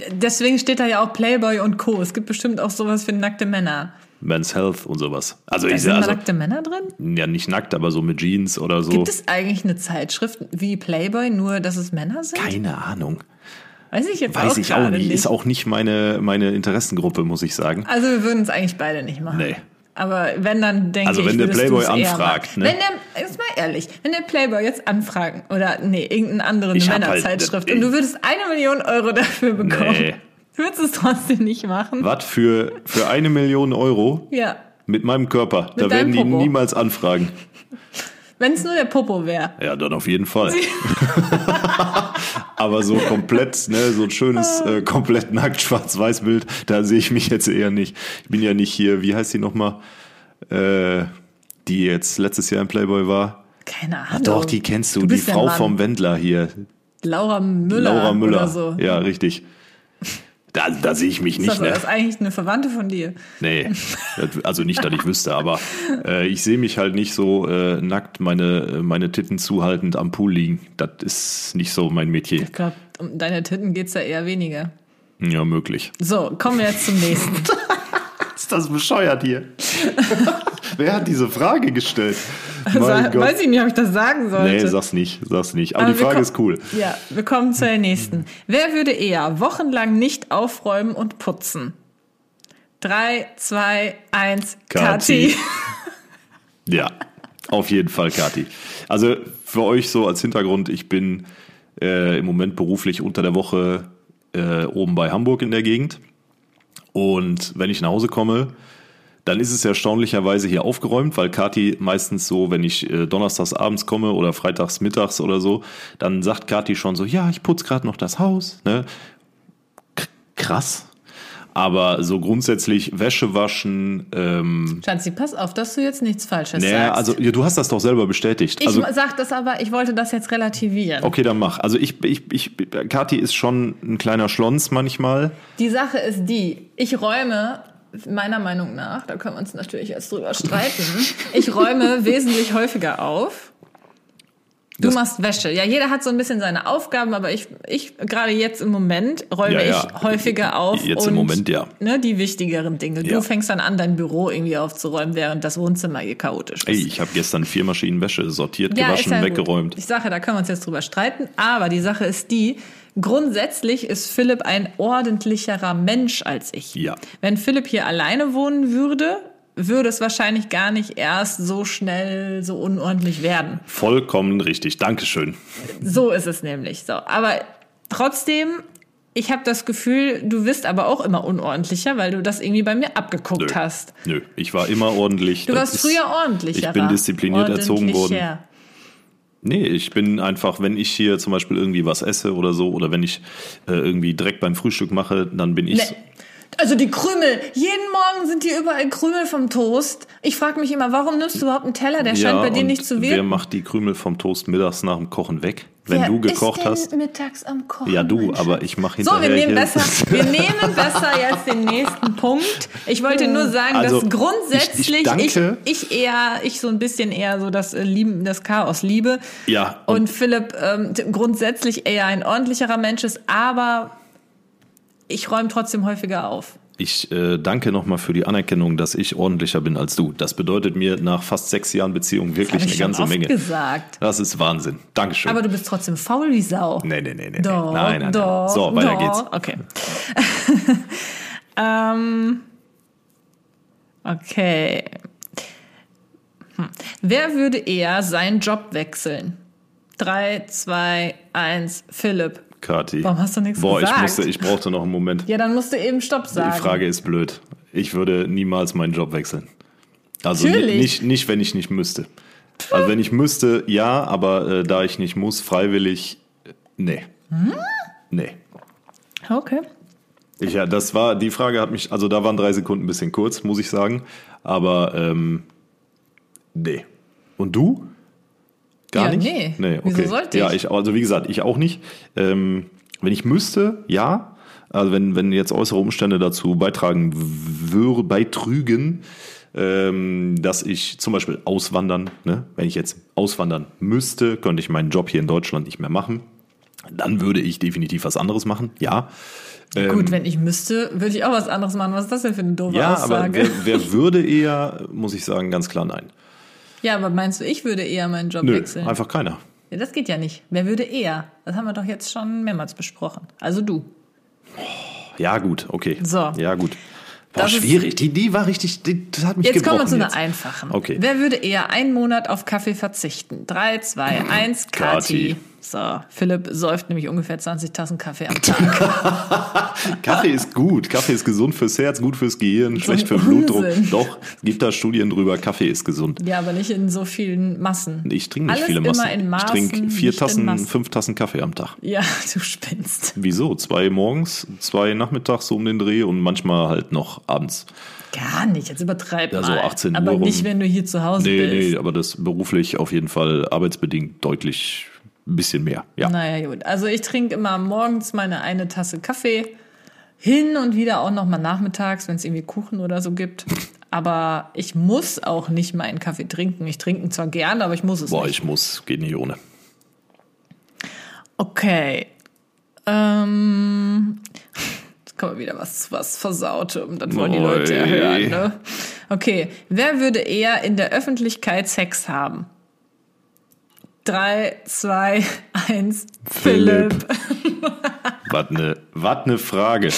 Speaker 1: D- Deswegen steht da ja auch Playboy und Co. Es gibt bestimmt auch sowas für nackte Männer.
Speaker 2: Men's Health und sowas. Also
Speaker 1: Da
Speaker 2: ich
Speaker 1: sind
Speaker 2: sag,
Speaker 1: da
Speaker 2: also,
Speaker 1: nackte Männer drin?
Speaker 2: ja nicht nackt, aber so mit Jeans oder so.
Speaker 1: Gibt es eigentlich eine Zeitschrift wie Playboy, nur dass es Männer sind?
Speaker 2: Keine Ahnung.
Speaker 1: Weiß ich jetzt
Speaker 2: Weiß
Speaker 1: auch
Speaker 2: ich auch
Speaker 1: gerade
Speaker 2: nicht.
Speaker 1: nicht. Ah.
Speaker 2: Ist auch nicht meine, meine Interessengruppe, muss ich sagen.
Speaker 1: also wir würden es eigentlich beide nicht machen.
Speaker 2: Nee.
Speaker 1: Aber wenn dann denke
Speaker 2: Also
Speaker 1: ich,
Speaker 2: wenn der
Speaker 1: würdest
Speaker 2: Playboy
Speaker 1: du's eher
Speaker 2: anfragt,
Speaker 1: machen.
Speaker 2: ne?
Speaker 1: Wenn der, jetzt mal ehrlich, wenn der Playboy jetzt anfragen oder nee, irgendeine andere
Speaker 2: Ich hab
Speaker 1: Männerzeitschrift
Speaker 2: halt-
Speaker 1: und du würdest eine Million Euro dafür bekommen,
Speaker 2: Nee.
Speaker 1: würdest du es trotzdem nicht machen?
Speaker 2: Was für, für eine Million Euro
Speaker 1: Ja.
Speaker 2: mit meinem Körper? da
Speaker 1: deinem
Speaker 2: werden die
Speaker 1: Popo.
Speaker 2: niemals anfragen.
Speaker 1: Wenn es nur der Popo wäre.
Speaker 2: Ja, dann auf jeden Fall. Aber so komplett, ne, so ein schönes,
Speaker 1: Ah.
Speaker 2: äh, komplett nackt Schwarz-Weiß-Bild, da sehe ich mich jetzt eher nicht. Ich bin ja nicht hier, wie heißt die nochmal, äh, die jetzt letztes Jahr im Playboy war?
Speaker 1: Keine Ahnung.
Speaker 2: Ach, Ah, doch, die kennst du, die
Speaker 1: bist der
Speaker 2: Frau
Speaker 1: Mann.
Speaker 2: vom Wendler hier,
Speaker 1: Laura Müller.
Speaker 2: Laura Müller.
Speaker 1: Oder so.
Speaker 2: Ja, richtig. Da, da sehe ich mich
Speaker 1: Ist
Speaker 2: nicht,
Speaker 1: das,
Speaker 2: ne?
Speaker 1: das ist eigentlich eine Verwandte von dir.
Speaker 2: Nee, das- also nicht, dass ich wüsste, aber äh, ich sehe mich halt nicht so äh, nackt, meine, äh, meine Titten zuhaltend am Pool liegen. Das ist nicht so mein Metier.
Speaker 1: Ich glaube, um deine Titten geht's ja eher weniger.
Speaker 2: Ja, möglich.
Speaker 1: So, kommen wir jetzt zum nächsten.
Speaker 2: Ist das bescheuert hier? Wer hat diese Frage gestellt?
Speaker 1: Sa- Weiß ich nicht, ob ich das sagen sollte.
Speaker 2: Nee, sag's nicht, sag's nicht. Aber,
Speaker 1: Aber
Speaker 2: die
Speaker 1: wir
Speaker 2: Frage
Speaker 1: ko-
Speaker 2: ist cool. Mhm.
Speaker 1: Ja, wir kommen zur nächsten. Wer würde eher wochenlang nicht aufräumen und putzen? Drei, zwei, eins,
Speaker 2: Kathi.
Speaker 1: Kathi.
Speaker 2: Ja, auf jeden Fall, Kathi. Also für euch so als Hintergrund, ich bin äh, im Moment beruflich unter der Woche äh, oben bei Hamburg in der Gegend. Und wenn ich nach Hause komme, dann ist es erstaunlicherweise hier aufgeräumt, weil Kathi meistens so, wenn ich äh, donnerstags abends komme oder freitags mittags oder so, dann sagt Kathi schon so, ja, ich putze gerade noch das Haus. Ne? K- Krass. Aber so grundsätzlich Wäsche waschen, ähm,
Speaker 1: Schanzi, pass auf, dass du jetzt nichts Falsches
Speaker 2: naja,
Speaker 1: sagst.
Speaker 2: also ja, du hast das doch selber bestätigt.
Speaker 1: ich
Speaker 2: also,
Speaker 1: sag das aber, ich wollte das jetzt relativieren.
Speaker 2: okay, dann mach. Also ich, ich, ich, Kathi ist schon ein kleiner Schlons manchmal.
Speaker 1: Die Sache ist die, ich räume meiner Meinung nach, da können wir uns natürlich jetzt drüber streiten, ich räume wesentlich häufiger auf. Du
Speaker 2: Das-
Speaker 1: machst Wäsche. Ja, jeder hat so ein bisschen seine Aufgaben, aber ich, ich gerade jetzt im Moment räume
Speaker 2: Ja, ja.
Speaker 1: ich häufiger auf.
Speaker 2: Jetzt im
Speaker 1: und,
Speaker 2: Moment, ja.
Speaker 1: Ne, die wichtigeren Dinge.
Speaker 2: Ja.
Speaker 1: Du fängst dann an, dein Büro irgendwie aufzuräumen, während das Wohnzimmer hier chaotisch ist.
Speaker 2: Ey, ich habe gestern vier Maschinen Wäsche sortiert, gewaschen,
Speaker 1: ist ja gut.
Speaker 2: weggeräumt.
Speaker 1: Ich sage, da können wir uns jetzt drüber streiten. Aber die Sache ist die, grundsätzlich ist Philipp ein ordentlicherer Mensch als ich.
Speaker 2: Ja.
Speaker 1: Wenn Philipp hier alleine wohnen würde, würde es wahrscheinlich gar nicht erst so schnell so unordentlich werden.
Speaker 2: Vollkommen richtig. Dankeschön.
Speaker 1: So ist es nämlich. So, aber trotzdem, ich habe das Gefühl, du wirst aber auch immer unordentlicher, weil du das irgendwie bei mir abgeguckt
Speaker 2: Nö.
Speaker 1: hast.
Speaker 2: Nö, ich war immer ordentlich.
Speaker 1: Du
Speaker 2: Das
Speaker 1: warst
Speaker 2: ist-
Speaker 1: früher ordentlicher.
Speaker 2: Ich bin diszipliniert erzogen worden.
Speaker 1: Ordentlicher.
Speaker 2: Nee, ich bin einfach, wenn ich hier zum Beispiel irgendwie was esse oder so, oder wenn ich äh, irgendwie Dreck beim Frühstück mache, dann bin ich.
Speaker 1: Ne. Also die Krümel. Jeden Morgen sind hier überall Krümel vom Toast. Ich frage mich immer, warum nimmst du überhaupt einen Teller? Der scheint bei dir
Speaker 2: und
Speaker 1: nicht zu
Speaker 2: Wer
Speaker 1: wirken.
Speaker 2: macht die Krümel vom Toast mittags nach dem Kochen weg, wenn du gekocht
Speaker 1: ist denn
Speaker 2: hast?
Speaker 1: mittags am Kochen.
Speaker 2: Ja, du,
Speaker 1: Mensch?
Speaker 2: aber ich mache
Speaker 1: So,
Speaker 2: hinterher
Speaker 1: wir nehmen,
Speaker 2: hier
Speaker 1: besser, wir nehmen besser jetzt den nächsten Punkt. Ich wollte nur sagen,
Speaker 2: Also,
Speaker 1: dass grundsätzlich
Speaker 2: ich- ich
Speaker 1: ich,
Speaker 2: danke-
Speaker 1: ich eher, ich so ein bisschen eher so das, äh, lieben, das Chaos liebe.
Speaker 2: Ja,
Speaker 1: Und,
Speaker 2: und-
Speaker 1: Philipp ähm, t- grundsätzlich eher ein ordentlicherer Mensch ist, aber ich räume trotzdem häufiger auf.
Speaker 2: Ich äh, danke nochmal für die Anerkennung, dass ich ordentlicher bin als du. Das bedeutet mir nach fast sechs Jahren Beziehung wirklich
Speaker 1: Hab
Speaker 2: eine
Speaker 1: ich schon
Speaker 2: ganze
Speaker 1: oft
Speaker 2: Menge.
Speaker 1: gesagt.
Speaker 2: Das ist Wahnsinn. Dankeschön.
Speaker 1: Aber du bist trotzdem faul wie Sau.
Speaker 2: nee, nee, nee, nee. nee.
Speaker 1: Doch,
Speaker 2: nein, nein,
Speaker 1: doch,
Speaker 2: nein. So, weiter
Speaker 1: doch.
Speaker 2: geht's.
Speaker 1: Okay. ähm, okay. Hm. Wer würde eher seinen Job wechseln? Drei, zwei, eins, Philipp.
Speaker 2: Kathi.
Speaker 1: Warum hast du nichts
Speaker 2: Boah,
Speaker 1: gesagt?
Speaker 2: Ich, musste, ich brauchte noch einen Moment.
Speaker 1: Ja, dann musst du eben Stopp sagen.
Speaker 2: die Frage ist blöd. Ich würde niemals meinen Job wechseln. Also ni-
Speaker 1: Natürlich.
Speaker 2: nicht, nicht, wenn ich nicht müsste. Also wenn ich müsste, ja, aber äh, da ich nicht muss, freiwillig, äh, nee.
Speaker 1: Hm?
Speaker 2: Nee.
Speaker 1: Okay.
Speaker 2: Ich, ja, das war, die Frage hat mich, also da waren drei Sekunden ein bisschen kurz, muss ich sagen. Aber ähm, nee. Und du? Gar
Speaker 1: Ja,
Speaker 2: nicht?
Speaker 1: nee.
Speaker 2: nee okay.
Speaker 1: Wieso sollte
Speaker 2: Ja,
Speaker 1: ich?
Speaker 2: ich, also wie gesagt, ich auch nicht. Ähm, wenn ich müsste, ja. Also wenn, wenn jetzt äußere Umstände dazu beitragen würden, beitrügen, ähm, dass ich zum Beispiel auswandern, ne? wenn ich jetzt auswandern müsste, könnte ich meinen Job hier in Deutschland nicht mehr machen. Dann würde ich definitiv was anderes machen, ja. ähm,
Speaker 1: Gut, wenn ich müsste, würde ich auch was anderes machen. Was ist das denn für eine doofe
Speaker 2: Ja, aber
Speaker 1: Aussage?
Speaker 2: wer, wer würde eher, muss ich sagen, ganz klar nein.
Speaker 1: ja, aber meinst du, ich würde eher meinen Job
Speaker 2: Nö,
Speaker 1: wechseln?
Speaker 2: einfach keiner.
Speaker 1: Ja, das geht ja nicht. Wer würde eher? Das haben wir doch jetzt schon mehrmals besprochen. Also du.
Speaker 2: Ja, gut, okay.
Speaker 1: So.
Speaker 2: Ja, gut. War
Speaker 1: Das ist-
Speaker 2: schwierig. Die, die war richtig, die, das hat mich
Speaker 1: Jetzt kommen wir
Speaker 2: gebrochen
Speaker 1: zu einer
Speaker 2: jetzt.
Speaker 1: einfachen.
Speaker 2: Okay.
Speaker 1: Wer würde eher einen Monat auf Kaffee verzichten? Drei, zwei, eins, Kati.
Speaker 2: Kathi.
Speaker 1: So, Philipp säuft nämlich ungefähr 20 Tassen Kaffee am Tag.
Speaker 2: Kaffee ist gut. Kaffee ist gesund fürs Herz, gut fürs Gehirn, schlecht für
Speaker 1: ein
Speaker 2: den Blutdruck.
Speaker 1: Unsinn.
Speaker 2: Doch, es gibt da Studien drüber. Kaffee ist gesund.
Speaker 1: ja, aber nicht in so vielen Massen.
Speaker 2: Ich trinke nicht
Speaker 1: Alles
Speaker 2: viele Massen.
Speaker 1: Immer in Maßen,
Speaker 2: ich trinke vier
Speaker 1: nicht in
Speaker 2: Tassen,
Speaker 1: Massen.
Speaker 2: fünf Tassen Kaffee am Tag.
Speaker 1: Ja, du spinnst.
Speaker 2: Wieso? Zwei morgens, zwei nachmittags so um den Dreh und manchmal halt noch abends.
Speaker 1: Gar nicht. Jetzt übertreib
Speaker 2: Ja, so
Speaker 1: mal.
Speaker 2: 18 Uhr
Speaker 1: aber
Speaker 2: rum.
Speaker 1: nicht, wenn du hier zu Hause
Speaker 2: Nee,
Speaker 1: bist.
Speaker 2: nee, aber das beruflich auf jeden Fall arbeitsbedingt deutlich ein bisschen mehr. Ja.
Speaker 1: Naja, gut. Also ich trinke immer morgens meine eine Tasse Kaffee, hin und wieder auch nochmal nachmittags, wenn es irgendwie Kuchen oder so gibt. Aber ich muss auch nicht meinen Kaffee trinken. Ich trinke ihn zwar gerne, aber ich muss es
Speaker 2: Boah,
Speaker 1: nicht.
Speaker 2: ich muss, geht nicht ohne.
Speaker 1: Okay. Ähm, jetzt kommt wieder was, was Versautem. Das wollen die
Speaker 2: Oi.
Speaker 1: Leute ja hören, ne? Okay. Wer würde eher in der Öffentlichkeit Sex haben? Drei, zwei, eins. Philipp.
Speaker 2: Was ne, was ne Frage.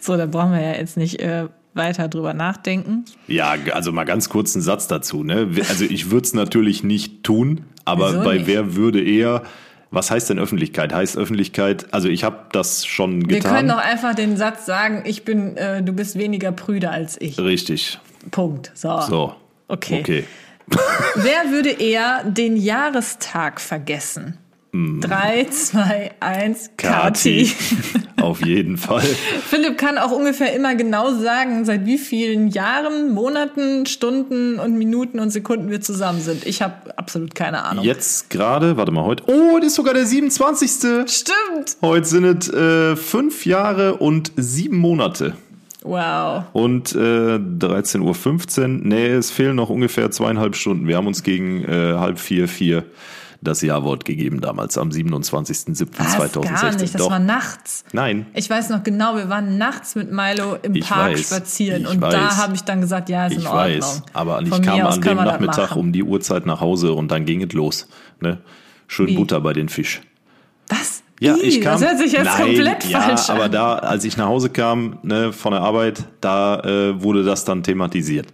Speaker 1: So, da brauchen wir ja jetzt nicht äh, weiter drüber nachdenken.
Speaker 2: Ja, also mal ganz kurz einen Satz dazu. Ne? Also ich würde es natürlich nicht tun, aber
Speaker 1: Wieso
Speaker 2: bei
Speaker 1: nicht?
Speaker 2: wer würde eher, was heißt denn Öffentlichkeit? Heißt Öffentlichkeit, also ich habe das schon
Speaker 1: Wir
Speaker 2: getan.
Speaker 1: können doch einfach den Satz sagen, ich bin, äh, du bist weniger prüde als ich.
Speaker 2: Richtig.
Speaker 1: Punkt. So.
Speaker 2: So.
Speaker 1: Oh, Okay.
Speaker 2: Okay.
Speaker 1: Wer würde eher den Jahrestag vergessen?
Speaker 2: Hm.
Speaker 1: Drei, zwei, eins, Kati.
Speaker 2: Kati. Auf jeden Fall.
Speaker 1: Philipp kann auch ungefähr immer genau sagen, seit wie vielen Jahren, Monaten, Stunden und Minuten und Sekunden wir zusammen sind. Ich habe absolut keine Ahnung.
Speaker 2: Jetzt gerade, warte mal, heute. Oh, das ist sogar der 27.
Speaker 1: Stimmt.
Speaker 2: Heute sind es äh, fünf Jahre und sieben Monate.
Speaker 1: Wow.
Speaker 2: Und äh, 13.15 Uhr. Nee, es fehlen noch ungefähr zweieinhalb Stunden. Wir haben uns gegen äh, halb vier, vier das Ja-Wort gegeben damals am
Speaker 1: Was?
Speaker 2: 27.07.2016.
Speaker 1: Gar nicht. Das
Speaker 2: Doch.
Speaker 1: war nachts.
Speaker 2: Nein.
Speaker 1: Ich weiß noch genau, wir waren nachts mit Milo im
Speaker 2: Ich
Speaker 1: Park
Speaker 2: weiß,
Speaker 1: spazieren
Speaker 2: ich
Speaker 1: und da
Speaker 2: weiß.
Speaker 1: habe ich dann gesagt, ja, ist in
Speaker 2: Ich
Speaker 1: Ordnung.
Speaker 2: weiß, aber ich
Speaker 1: Von
Speaker 2: kam
Speaker 1: mir aus
Speaker 2: an dem
Speaker 1: können wir das
Speaker 2: Nachmittag
Speaker 1: machen.
Speaker 2: um die Uhrzeit nach Hause und dann ging es los. Ne? Schön
Speaker 1: Wie?
Speaker 2: Butter bei den Fisch.
Speaker 1: Was?
Speaker 2: Ja,
Speaker 1: Ih,
Speaker 2: ich kam.
Speaker 1: Das hört sich jetzt
Speaker 2: nein,
Speaker 1: komplett
Speaker 2: ja,
Speaker 1: falsch
Speaker 2: aber
Speaker 1: an.
Speaker 2: da, als ich nach Hause kam ne, von der Arbeit, da äh, wurde das dann thematisiert.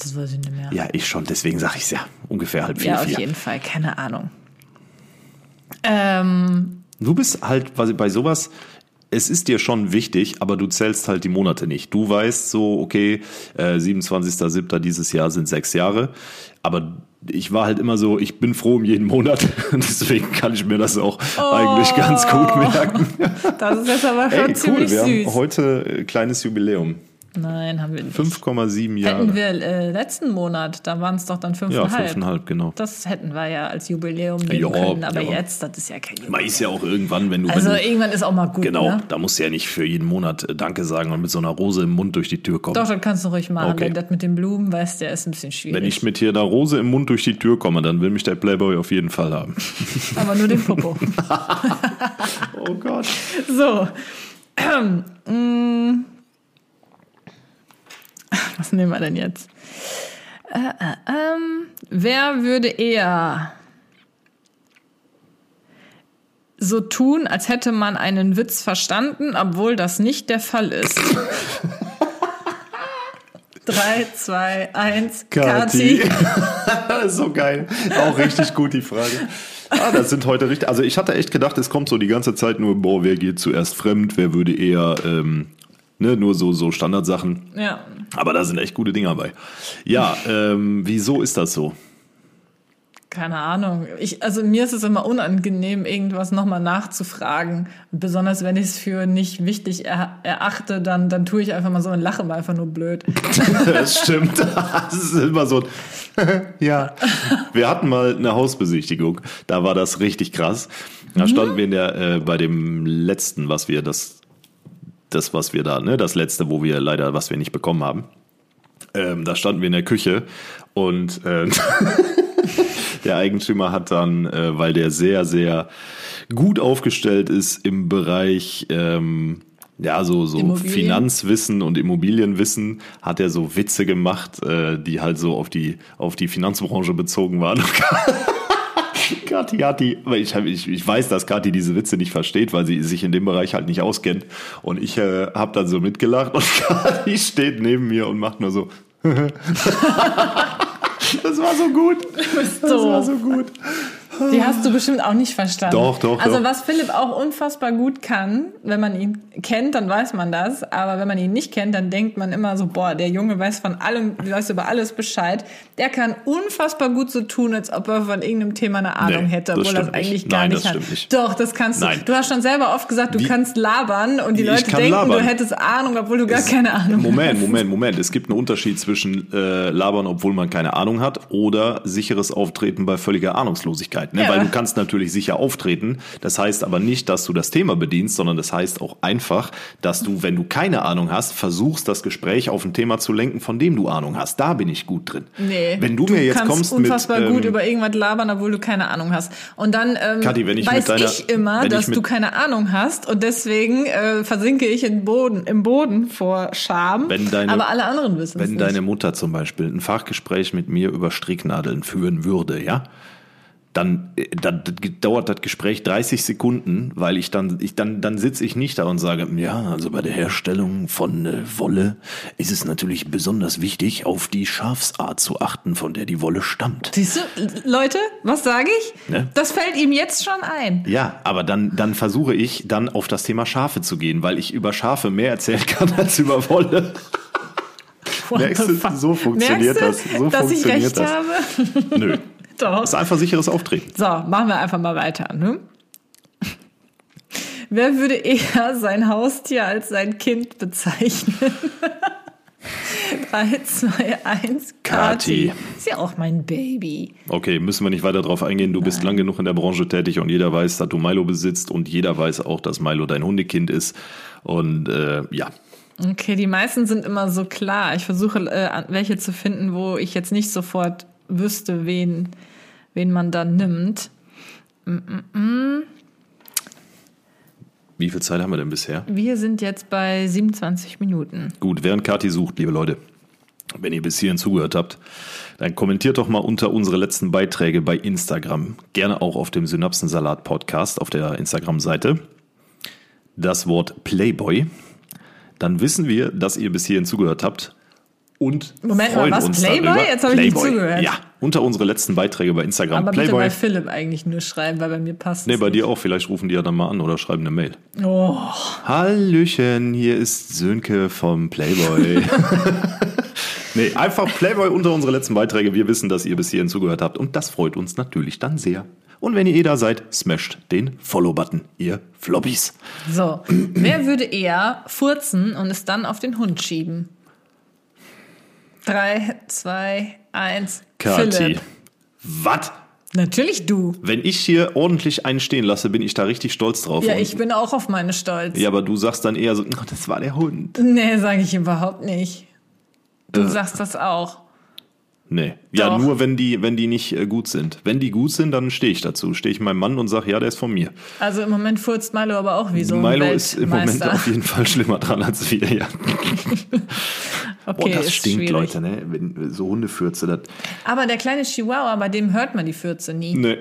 Speaker 1: Das weiß ich nicht mehr.
Speaker 2: Ja, ich schon. Deswegen sage ich es ja. Ungefähr halb vier,
Speaker 1: Ja, auf
Speaker 2: vier.
Speaker 1: jeden Fall. Keine Ahnung. Ähm,
Speaker 2: Du bist halt bei bei sowas, es ist dir schon wichtig, aber du zählst halt die Monate nicht. Du weißt so, okay, äh, 27.07. dieses Jahr sind sechs Jahre, aber ich war halt immer so, ich bin froh um jeden Monat, deswegen kann ich mir das auch
Speaker 1: Oh.
Speaker 2: eigentlich ganz gut merken.
Speaker 1: das ist jetzt aber schon
Speaker 2: Ey, cool,
Speaker 1: ziemlich
Speaker 2: wir haben
Speaker 1: süß.
Speaker 2: heute äh, kleines Jubiläum.
Speaker 1: Nein, haben wir nicht.
Speaker 2: 5,7
Speaker 1: Hätten
Speaker 2: Jahre.
Speaker 1: wir äh, letzten Monat, da waren es doch dann
Speaker 2: Ja,
Speaker 1: fünfeinhalb.
Speaker 2: fünfeinhalb, genau.
Speaker 1: Das hätten wir ja als Jubiläum nehmen
Speaker 2: Ja,
Speaker 1: können, aber
Speaker 2: ja.
Speaker 1: jetzt, das ist ja kein Jubiläum.
Speaker 2: Man ist ja auch irgendwann, wenn du,
Speaker 1: Also
Speaker 2: wenn du
Speaker 1: irgendwann ist auch mal gut,
Speaker 2: genau,
Speaker 1: ne?
Speaker 2: da musst du ja nicht für jeden Monat äh, Danke sagen und mit so einer Rose im Mund durch die Tür kommen.
Speaker 1: Doch, das kannst du ruhig machen,
Speaker 2: Okay.
Speaker 1: denn das mit den Blumen, weißt du, ja, ist ein bisschen schwierig.
Speaker 2: Wenn ich mit hier der Rose im Mund durch die Tür komme, dann will mich der Playboy auf jeden Fall haben.
Speaker 1: Aber nur den Popo.
Speaker 2: Oh Gott.
Speaker 1: so. Mm. Was nehmen wir denn jetzt? Äh, äh, ähm, wer würde eher so tun, als hätte man einen Witz verstanden, obwohl das nicht der Fall ist? Drei, zwei, eins, Kati.
Speaker 2: Kati. so geil. Auch richtig gut die Frage. Ah, das sind heute richtig. Also ich hatte echt gedacht, es kommt so die ganze Zeit nur, boah, wer geht zuerst fremd, wer würde eher, ähm, ne, nur so, so Standardsachen.
Speaker 1: Ja,
Speaker 2: Aber da sind echt gute Dinger bei. Ja, ähm, wieso ist das so?
Speaker 1: Keine Ahnung. Ich, also mir ist es immer unangenehm, irgendwas nochmal nachzufragen. Besonders wenn ich es für nicht wichtig er, erachte, dann, dann tue ich einfach mal so und lache mal einfach nur blöd.
Speaker 2: Das stimmt. Das ist immer so. ein ja. Wir hatten mal eine Hausbesichtigung. Da war das richtig krass. Da standen wir in der, äh, bei dem letzten, was wir das, das was wir da, ne, das letzte, wo wir leider, was wir nicht bekommen haben. Ähm, da standen wir in der Küche und äh, der Eigentümer hat dann, äh, weil der sehr, sehr gut aufgestellt ist im Bereich ähm, ja, so, so
Speaker 1: Immobilien.
Speaker 2: Finanzwissen und Immobilienwissen, hat er so Witze gemacht, äh, die halt so auf die, auf die Finanzbranche bezogen waren. Kathi hat die, aber ich, hab- ich, ich weiß, dass Kathi diese Witze nicht versteht, weil sie sich in dem Bereich halt nicht auskennt. Und ich äh, habe dann so mitgelacht und Kathi steht neben mir und macht nur so. das war so gut. Das war so gut.
Speaker 1: Die hast du bestimmt auch nicht verstanden.
Speaker 2: Doch, doch,
Speaker 1: Also
Speaker 2: doch.
Speaker 1: was Philipp auch unfassbar gut kann, wenn man ihn kennt, dann weiß man das. Aber wenn man ihn nicht kennt, dann denkt man immer so, boah, der Junge weiß von allem, weiß über alles Bescheid. Der kann unfassbar gut so tun, als ob er von irgendeinem Thema eine Ahnung
Speaker 2: Nee,
Speaker 1: hätte,
Speaker 2: das
Speaker 1: obwohl er das
Speaker 2: stimmt
Speaker 1: eigentlich
Speaker 2: nicht.
Speaker 1: gar
Speaker 2: Nein,
Speaker 1: nicht
Speaker 2: das
Speaker 1: hat.
Speaker 2: stimmt nicht.
Speaker 1: Doch, das kannst du.
Speaker 2: Nein.
Speaker 1: Du hast schon selber oft gesagt, du
Speaker 2: Wie-
Speaker 1: kannst labern und die
Speaker 2: Ich
Speaker 1: Leute
Speaker 2: kann
Speaker 1: denken, du
Speaker 2: labern.
Speaker 1: hättest Ahnung, obwohl du gar keine Ahnung
Speaker 2: Moment,
Speaker 1: hast.
Speaker 2: Moment, Moment. Es gibt einen Unterschied zwischen äh, labern, obwohl man keine Ahnung hat, oder sicheres Auftreten bei völliger Ahnungslosigkeit. Ne?
Speaker 1: Ja.
Speaker 2: Weil du kannst natürlich sicher auftreten. Das heißt aber nicht, dass du das Thema bedienst, sondern das heißt auch einfach, dass du, wenn du keine Ahnung hast, versuchst, das Gespräch auf ein Thema zu lenken, von dem du Ahnung hast. Da bin ich gut drin.
Speaker 1: Nee,
Speaker 2: wenn du, mir jetzt
Speaker 1: kannst
Speaker 2: kommst
Speaker 1: unfassbar
Speaker 2: mit,
Speaker 1: gut
Speaker 2: ähm,
Speaker 1: über irgendwas labern, obwohl du keine Ahnung hast. Und dann ähm,
Speaker 2: Kathi, wenn ich
Speaker 1: weiß
Speaker 2: mit deiner-
Speaker 1: ich immer,
Speaker 2: wenn ich
Speaker 1: dass
Speaker 2: mit-
Speaker 1: du keine Ahnung hast und deswegen äh, versinke ich in Boden, im Boden vor Scham.
Speaker 2: Wenn deine-
Speaker 1: aber alle anderen wissen es
Speaker 2: Wenn
Speaker 1: nicht.
Speaker 2: deine Mutter zum Beispiel ein Fachgespräch mit mir über Stricknadeln führen würde, ja, dann, äh, dann d- dauert das Gespräch 30 Sekunden, weil ich dann, ich dann, dann sitze ich nicht da und sage, ja, also bei der Herstellung von äh, Wolle ist es natürlich besonders wichtig, auf die Schafsart zu achten, von der die Wolle stammt.
Speaker 1: Siehst du, Leute, was sage ich?
Speaker 2: Ne?
Speaker 1: Das fällt ihm jetzt schon ein.
Speaker 2: Ja, aber dann, dann versuche ich dann auf das Thema Schafe zu gehen, weil ich über Schafe mehr erzählen kann als über Wolle. Merkst du, so funktioniert
Speaker 1: Merkst
Speaker 2: das.
Speaker 1: du,
Speaker 2: So
Speaker 1: dass ich
Speaker 2: funktioniert
Speaker 1: recht
Speaker 2: das.
Speaker 1: habe?
Speaker 2: Nö.
Speaker 1: Doch.
Speaker 2: Das ist einfach sicheres Auftreten.
Speaker 1: So, machen wir einfach mal weiter. Ne? Wer würde eher sein Haustier als sein Kind bezeichnen? 3, 2, 1, Kati.
Speaker 2: Kathi.
Speaker 1: Ist ja auch mein Baby.
Speaker 2: Okay, müssen wir nicht weiter drauf eingehen. Du bist lang genug in der Branche tätig und jeder weiß, dass du Milo besitzt und jeder weiß auch, dass Milo dein Hundekind ist. Und äh, ja,
Speaker 1: Okay, die meisten sind immer so klar. Ich versuche äh, an- welche zu finden, wo ich jetzt nicht sofort wüsste, wen, wen man da nimmt.
Speaker 2: wie viel Zeit haben wir denn bisher?
Speaker 1: Wir sind jetzt bei 27 Minuten.
Speaker 2: Gut, während Kathi sucht, liebe Leute, wenn ihr bis hierhin zugehört habt, dann kommentiert doch mal unter unsere letzten Beiträge bei Instagram. Gerne auch auf dem Synapsensalat Podcast auf der Instagram-Seite. Das Wort Playboy. Dann wissen wir, dass ihr bis hierhin zugehört habt. Und
Speaker 1: Moment mal,
Speaker 2: freuen
Speaker 1: was?
Speaker 2: uns
Speaker 1: Playboy?
Speaker 2: Darüber.
Speaker 1: Jetzt habe ich nicht
Speaker 2: Playboy.
Speaker 1: zugehört.
Speaker 2: Ja, unter unsere letzten Beiträge bei Instagram.
Speaker 1: Aber bitte
Speaker 2: Playboy.
Speaker 1: bei Philipp eigentlich nur schreiben, weil bei mir passt
Speaker 2: Nee,
Speaker 1: es
Speaker 2: bei
Speaker 1: nicht.
Speaker 2: dir auch. Vielleicht rufen die ja dann mal an oder schreiben eine Mail.
Speaker 1: Oh.
Speaker 2: Hallöchen, hier ist Sönke vom Playboy. nee, einfach Playboy unter unsere letzten Beiträge. Wir wissen, dass ihr bis hierhin zugehört habt und das freut uns natürlich dann sehr. Und wenn ihr eh da seid, smasht den Follow-Button, ihr Floppies.
Speaker 1: So, wer würde eher furzen und es dann auf den Hund schieben? Drei, zwei, eins.
Speaker 2: Kathi.
Speaker 1: Philipp.
Speaker 2: Was?
Speaker 1: Natürlich du.
Speaker 2: Wenn ich hier ordentlich einen stehen lasse, bin ich da richtig stolz drauf.
Speaker 1: Ja,
Speaker 2: Und-
Speaker 1: ich bin auch auf meine Stolz.
Speaker 2: ja aber du sagst dann eher so, "Ach, das war der Hund.
Speaker 1: Nee, sage ich überhaupt nicht. Du
Speaker 2: Äh.
Speaker 1: sagst das auch.
Speaker 2: Nee. Ja,
Speaker 1: Doch.
Speaker 2: nur wenn die, wenn die nicht äh, gut sind. Wenn die gut sind, dann stehe ich dazu. Stehe ich meinem Mann und sage, ja, der ist von mir.
Speaker 1: Also im Moment furzt Milo aber auch wie so ein
Speaker 2: Milo ist im Moment
Speaker 1: Weltmeister.
Speaker 2: auf jeden Fall schlimmer dran als wir, ja.
Speaker 1: Okay,
Speaker 2: Boah, Oh, das
Speaker 1: ist
Speaker 2: stinkt,
Speaker 1: schwierig.
Speaker 2: Leute, ne? Wenn so Hundefürze, das.
Speaker 1: Aber der kleine Chihuahua, bei dem hört man die Fürze nie.
Speaker 2: Ne.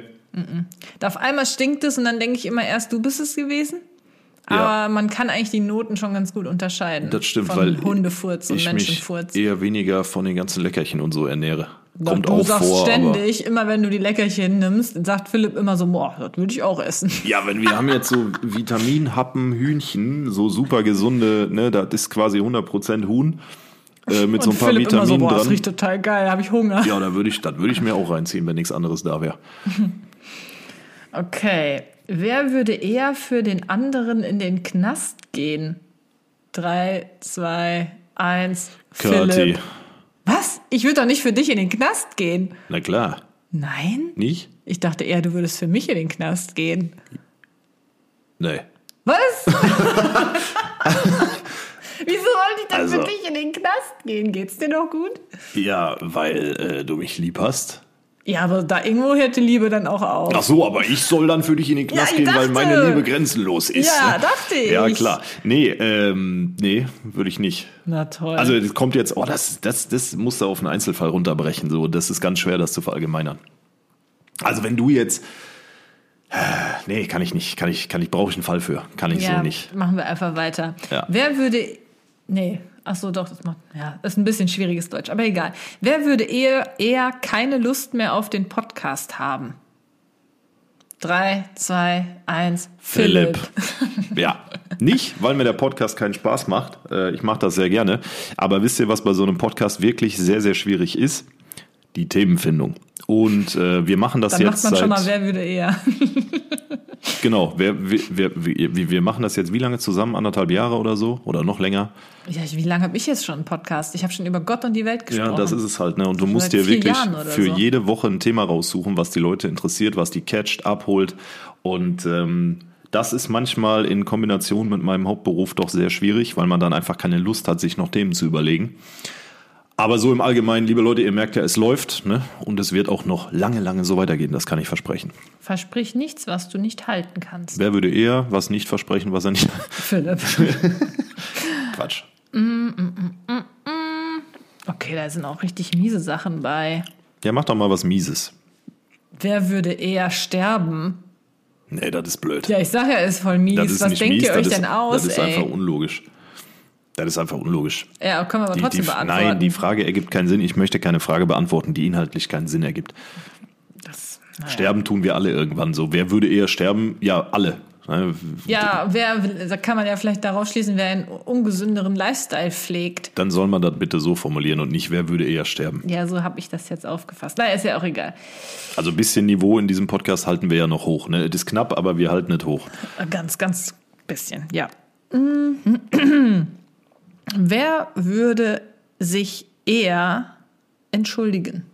Speaker 1: Da auf einmal stinkt es und dann denke ich immer erst, du bist es gewesen. Aber
Speaker 2: Ja.
Speaker 1: man kann eigentlich die Noten schon ganz gut unterscheiden.
Speaker 2: Das stimmt,
Speaker 1: von
Speaker 2: weil
Speaker 1: Hundefurz und
Speaker 2: ich mich
Speaker 1: Menschenfurz.
Speaker 2: eher weniger von den ganzen Leckerchen und so ernähre.
Speaker 1: Doch,
Speaker 2: Kommt
Speaker 1: du
Speaker 2: auch
Speaker 1: sagst
Speaker 2: vor. Aber
Speaker 1: ständig, immer wenn du die Leckerchen nimmst, sagt Philipp immer so, boah, das würde ich auch essen.
Speaker 2: ja, wenn wir haben jetzt so Vitaminhappen, Hühnchen, so super gesunde, ne, das ist quasi 100% Huhn äh, mit so ein
Speaker 1: Und
Speaker 2: paar
Speaker 1: Philipp immer so,
Speaker 2: Vitaminen
Speaker 1: boah, das
Speaker 2: dran.
Speaker 1: riecht total geil, habe ich Hunger.
Speaker 2: Ja, da würde ich, das würde ich mir auch reinziehen, wenn nichts anderes da wäre.
Speaker 1: Okay, wer würde eher für den anderen in den Knast gehen? Drei, zwei, eins,
Speaker 2: Kathi.
Speaker 1: Philipp. Was? Ich würde doch nicht für dich in den Knast gehen.
Speaker 2: Na klar,
Speaker 1: Nein?
Speaker 2: nicht?
Speaker 1: Ich dachte eher, du würdest für mich in den Knast gehen.
Speaker 2: Nee.
Speaker 1: Was? Wieso wollte ich denn
Speaker 2: Also-
Speaker 1: für dich in den Knast gehen? Geht's dir noch gut?
Speaker 2: Ja, weil äh, du mich lieb hast.
Speaker 1: Ja, aber da irgendwo hätte Liebe dann auch auf.
Speaker 2: Ach so, aber ich soll dann für dich in den Knast
Speaker 1: Ja, ich
Speaker 2: gehen, weil
Speaker 1: dachte.
Speaker 2: meine Liebe grenzenlos ist.
Speaker 1: Ja,
Speaker 2: ne?
Speaker 1: dachte ich.
Speaker 2: Ja, klar. Nee, ähm, nee, würde ich nicht.
Speaker 1: Na toll.
Speaker 2: Also das kommt jetzt, oh, das, das, das musst du auf einen Einzelfall runterbrechen. So, das ist ganz schwer, das zu verallgemeinern. Also wenn du jetzt, äh, nee, kann ich nicht, kann ich, kann ich, brauche ich einen Fall für, kann ich
Speaker 1: ja,
Speaker 2: so nicht.
Speaker 1: machen wir einfach weiter.
Speaker 2: Ja.
Speaker 1: Wer würde. Nee, ach so, doch, das macht. Ja, ist ein bisschen schwieriges Deutsch, aber egal. Wer würde eher, eher keine Lust mehr auf den Podcast haben? Drei, zwei, eins. Philipp.
Speaker 2: ja, nicht, weil mir der Podcast keinen Spaß macht. Äh, Ich mache das sehr gerne. Aber wisst ihr, was bei so einem Podcast wirklich sehr, sehr schwierig ist? Die Themenfindung. Und äh, wir machen das
Speaker 1: Dann
Speaker 2: jetzt
Speaker 1: macht man
Speaker 2: seit
Speaker 1: schon mal, wer würde eher.
Speaker 2: genau. Wer, wir, wir, wir, wir machen das jetzt wie lange zusammen? Anderthalb Jahre oder so oder noch länger?
Speaker 1: Ja, wie lange habe ich jetzt schon einen Podcast? Ich habe schon über Gott und die Welt gesprochen.
Speaker 2: Ja, das ist es halt. Ne? Und du
Speaker 1: seit
Speaker 2: musst dir
Speaker 1: vier
Speaker 2: wirklich
Speaker 1: Jahren oder
Speaker 2: für
Speaker 1: so.
Speaker 2: jede Woche ein Thema raussuchen, was die Leute interessiert, was die catcht, abholt. Und ähm, das ist manchmal in Kombination mit meinem Hauptberuf doch sehr schwierig, weil man dann einfach keine Lust hat, sich noch Themen zu überlegen. Aber so im Allgemeinen, liebe Leute, ihr merkt ja, es läuft ne? und es wird auch noch lange, lange so weitergehen, das kann ich versprechen.
Speaker 1: Versprich nichts, was du nicht halten kannst.
Speaker 2: Wer würde eher was nicht versprechen, was er nicht.
Speaker 1: Philipp.
Speaker 2: Quatsch.
Speaker 1: Okay, da sind auch richtig miese Sachen bei.
Speaker 2: Ja, mach doch mal was Mieses.
Speaker 1: Wer würde eher sterben?
Speaker 2: Nee, das ist blöd.
Speaker 1: Ja, ich sage ja, ist voll mies.
Speaker 2: das ist
Speaker 1: Was
Speaker 2: nicht
Speaker 1: denkt
Speaker 2: mies,
Speaker 1: ihr euch
Speaker 2: das ist,
Speaker 1: denn aus?
Speaker 2: Das ist
Speaker 1: ey?
Speaker 2: einfach unlogisch. Das ist einfach unlogisch.
Speaker 1: ja, können wir aber
Speaker 2: Die-
Speaker 1: trotzdem
Speaker 2: die,
Speaker 1: beantworten.
Speaker 2: nein, die Frage ergibt keinen Sinn. Ich möchte keine Frage beantworten, die inhaltlich keinen Sinn ergibt.
Speaker 1: das, naja.
Speaker 2: Sterben tun wir alle irgendwann so. Wer würde eher sterben? Ja, alle. Ne?
Speaker 1: Ja, wer, will- da kann man ja vielleicht daraus schließen, wer einen ungesünderen Lifestyle pflegt.
Speaker 2: Dann soll man das bitte so formulieren und nicht, wer würde eher sterben.
Speaker 1: Ja, so habe ich das jetzt aufgefasst. Na, ist ja auch egal.
Speaker 2: Also ein bisschen Niveau in diesem Podcast halten wir ja noch hoch. Ne? Das ist knapp, aber wir halten es hoch.
Speaker 1: Äh, Ganz, ganz bisschen, ja. Mm. Wer würde sich eher entschuldigen?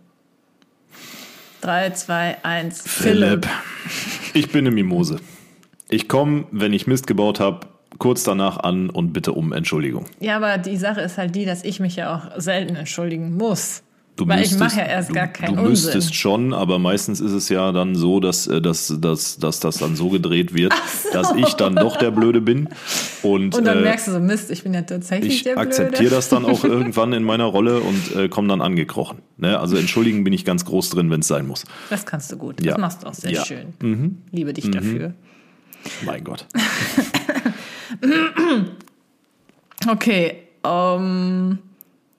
Speaker 1: 3, 2, 1.
Speaker 2: Philipp. Ich bin eine Mimose. Ich komme, wenn ich Mist gebaut habe, kurz danach an und bitte um Entschuldigung.
Speaker 1: Ja, aber die Sache ist halt die, dass ich mich ja auch selten entschuldigen muss.
Speaker 2: Du
Speaker 1: weil ich
Speaker 2: müsstest-
Speaker 1: mache ja erst
Speaker 2: du,
Speaker 1: gar keinen
Speaker 2: Du
Speaker 1: Unsinn.
Speaker 2: müsstest schon, aber meistens ist es ja dann so, dass, äh, dass, dass, dass das dann so gedreht wird, dass ich dann doch der Blöde bin. Und,
Speaker 1: Und dann
Speaker 2: äh,
Speaker 1: merkst du so, Mist, ich bin ja tatsächlich
Speaker 2: ich
Speaker 1: der Blöde.
Speaker 2: akzeptiere das dann auch irgendwann in meiner Rolle und äh, komme dann angekrochen. Ne? Also entschuldigen bin ich ganz groß drin, wenn es sein muss.
Speaker 1: Das kannst du gut.
Speaker 2: Ja.
Speaker 1: Das machst du auch sehr
Speaker 2: Ja. Mhm.
Speaker 1: schön. Liebe dich dafür.
Speaker 2: Mein Gott.
Speaker 1: Okay. ähm,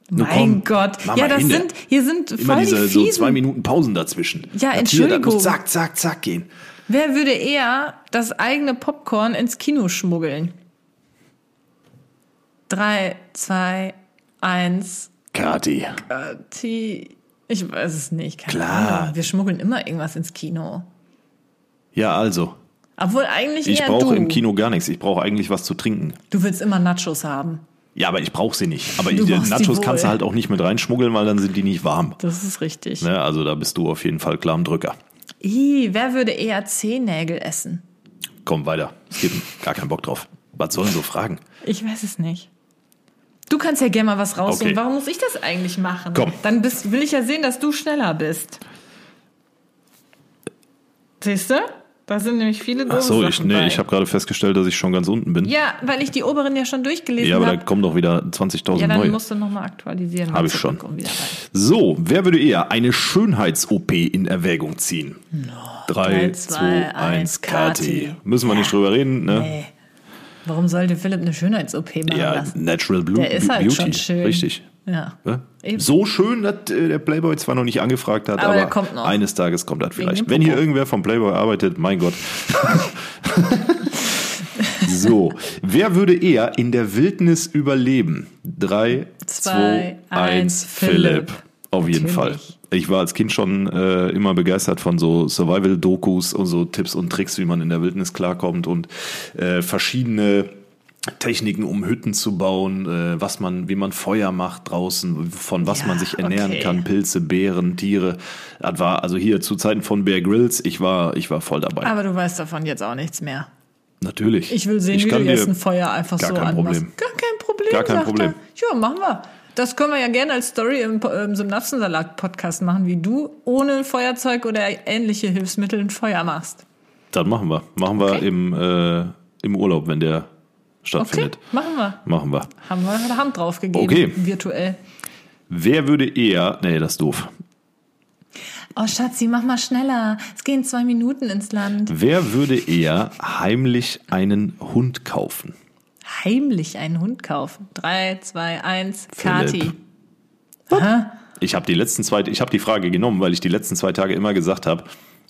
Speaker 2: Nun
Speaker 1: mein
Speaker 2: komm,
Speaker 1: Gott.
Speaker 2: mach
Speaker 1: Ja,
Speaker 2: mal
Speaker 1: das
Speaker 2: hin,
Speaker 1: sind, hier sind
Speaker 2: Immer
Speaker 1: voll
Speaker 2: diese
Speaker 1: die
Speaker 2: so
Speaker 1: fiesen.
Speaker 2: zwei Minuten Pausen dazwischen.
Speaker 1: Ja,
Speaker 2: Das hier, das
Speaker 1: Entschuldigung.
Speaker 2: muss zack, zack, zack gehen.
Speaker 1: Wer würde eher das eigene Popcorn ins Kino schmuggeln? Drei, zwei, eins.
Speaker 2: Kati,
Speaker 1: Äh, T. Ich weiß es nicht. Keine
Speaker 2: Klar.
Speaker 1: Ahnung. Wir schmuggeln immer irgendwas ins Kino.
Speaker 2: ja also,
Speaker 1: Obwohl eigentlich
Speaker 2: ich
Speaker 1: eher du.
Speaker 2: brauche im Kino gar nichts. Ich brauche eigentlich was zu trinken.
Speaker 1: Du willst immer Nachos haben.
Speaker 2: Ja, aber ich brauche sie nicht. Aber
Speaker 1: Du
Speaker 2: die
Speaker 1: brauchst die
Speaker 2: Nachos
Speaker 1: wohl.
Speaker 2: kannst du halt auch nicht mit reinschmuggeln, weil dann sind die nicht warm.
Speaker 1: Das ist richtig.
Speaker 2: Ne? Also da bist du auf jeden Fall klar am Drücker.
Speaker 1: Ih, wer würde eher Zehennägel essen?
Speaker 2: Komm weiter, skippen. Gar keinen Bock drauf. Was sollen so Fragen?
Speaker 1: Ich weiß es nicht. Du kannst ja gerne mal was raussuchen.
Speaker 2: Okay.
Speaker 1: Warum muss ich das eigentlich machen?
Speaker 2: Komm.
Speaker 1: Dann bist, will ich ja sehen, dass du schneller bist. Siehst du? Da sind nämlich viele doofe
Speaker 2: Ach so, ich,
Speaker 1: Sachen
Speaker 2: nee,
Speaker 1: bei.
Speaker 2: ich habe gerade festgestellt, dass ich schon ganz unten bin. Ja,
Speaker 1: Ja, weil ich die oberen ja schon durchgelesen
Speaker 2: aber da
Speaker 1: habe.
Speaker 2: kommen doch wieder 20.000
Speaker 1: Ja, dann
Speaker 2: neue.
Speaker 1: musst du nochmal aktualisieren.
Speaker 2: Hab
Speaker 1: mal
Speaker 2: ich
Speaker 1: zurück
Speaker 2: schon.
Speaker 1: und wieder rein.
Speaker 2: So, wer würde eher eine Schönheits-OP in Erwägung ziehen?
Speaker 1: Drei,
Speaker 2: 3,
Speaker 1: zwei,
Speaker 2: 2,
Speaker 1: eins,
Speaker 2: 1,
Speaker 1: Kati.
Speaker 2: Kati. Müssen wir nicht drüber reden, ne?
Speaker 1: Ey, warum sollte Philipp eine Schönheits-OP machen
Speaker 2: Ja,
Speaker 1: lassen?
Speaker 2: Natural Blue
Speaker 1: Der ist halt
Speaker 2: Beauty.
Speaker 1: schon schön.
Speaker 2: Richtig.
Speaker 1: Ja.
Speaker 2: Ne?
Speaker 1: Eben.
Speaker 2: So schön, dass äh, der Playboy zwar noch nicht angefragt hat,
Speaker 1: Aber
Speaker 2: aber,
Speaker 1: der kommt noch.
Speaker 2: eines Tages kommt das
Speaker 1: dem
Speaker 2: vielleicht. Wenn hier
Speaker 1: Popo.
Speaker 2: irgendwer vom Playboy arbeitet, mein Gott. so, wer würde eher in der Wildnis überleben? Drei,
Speaker 1: Zwei,
Speaker 2: zwei,
Speaker 1: eins,
Speaker 2: eins,
Speaker 1: Philipp.
Speaker 2: Philipp. Auf jeden Fall.
Speaker 1: Natürlich.
Speaker 2: Ich war als Kind schon äh, immer begeistert von so Survival-Dokus und so Tipps und Tricks, wie man in der Wildnis klarkommt und äh, verschiedene Techniken, um Hütten zu bauen, äh, was man, wie man Feuer macht draußen, von was
Speaker 1: Ja,
Speaker 2: man sich ernähren
Speaker 1: okay.
Speaker 2: kann, Pilze, Beeren, Tiere. Das war also hier zu Zeiten von Bear Grylls. Ich war, ich war voll dabei.
Speaker 1: Aber du weißt davon jetzt auch nichts mehr.
Speaker 2: Natürlich.
Speaker 1: Ah, Ich will sehen, wie du
Speaker 2: kann
Speaker 1: jetzt
Speaker 2: dir-
Speaker 1: ein Feuer einfach
Speaker 2: gar
Speaker 1: so
Speaker 2: kein
Speaker 1: anmachst.
Speaker 2: Problem.
Speaker 1: Gar kein Problem.
Speaker 2: Gar kein
Speaker 1: sagt
Speaker 2: Problem.
Speaker 1: Er. Ja, machen wir. Das können wir ja gerne als Story im, Po- im Synapsensalat-Podcast machen, wie du ohne Feuerzeug oder ähnliche Hilfsmittel ein Feuer machst.
Speaker 2: Das machen wir. Machen wir
Speaker 1: Okay.
Speaker 2: im, äh, im Urlaub, wenn der
Speaker 1: Okay,
Speaker 2: stattfindet.
Speaker 1: machen wir.
Speaker 2: Machen wir.
Speaker 1: Haben wir eine Hand drauf gegeben,
Speaker 2: Okay.
Speaker 1: virtuell.
Speaker 2: Wer würde eher. Nee, das ist doof.
Speaker 1: Oh Schatzi, mach mal schneller. Es gehen zwei Minuten ins Land.
Speaker 2: Wer würde eher heimlich einen Hund kaufen?
Speaker 1: Heimlich einen Hund kaufen. Drei, zwei, eins.
Speaker 2: Philipp.
Speaker 1: Kati. Hä?
Speaker 2: Ich habe die letzten zwei, ich habe die Frage genommen, weil ich die letzten zwei Tage immer gesagt habe,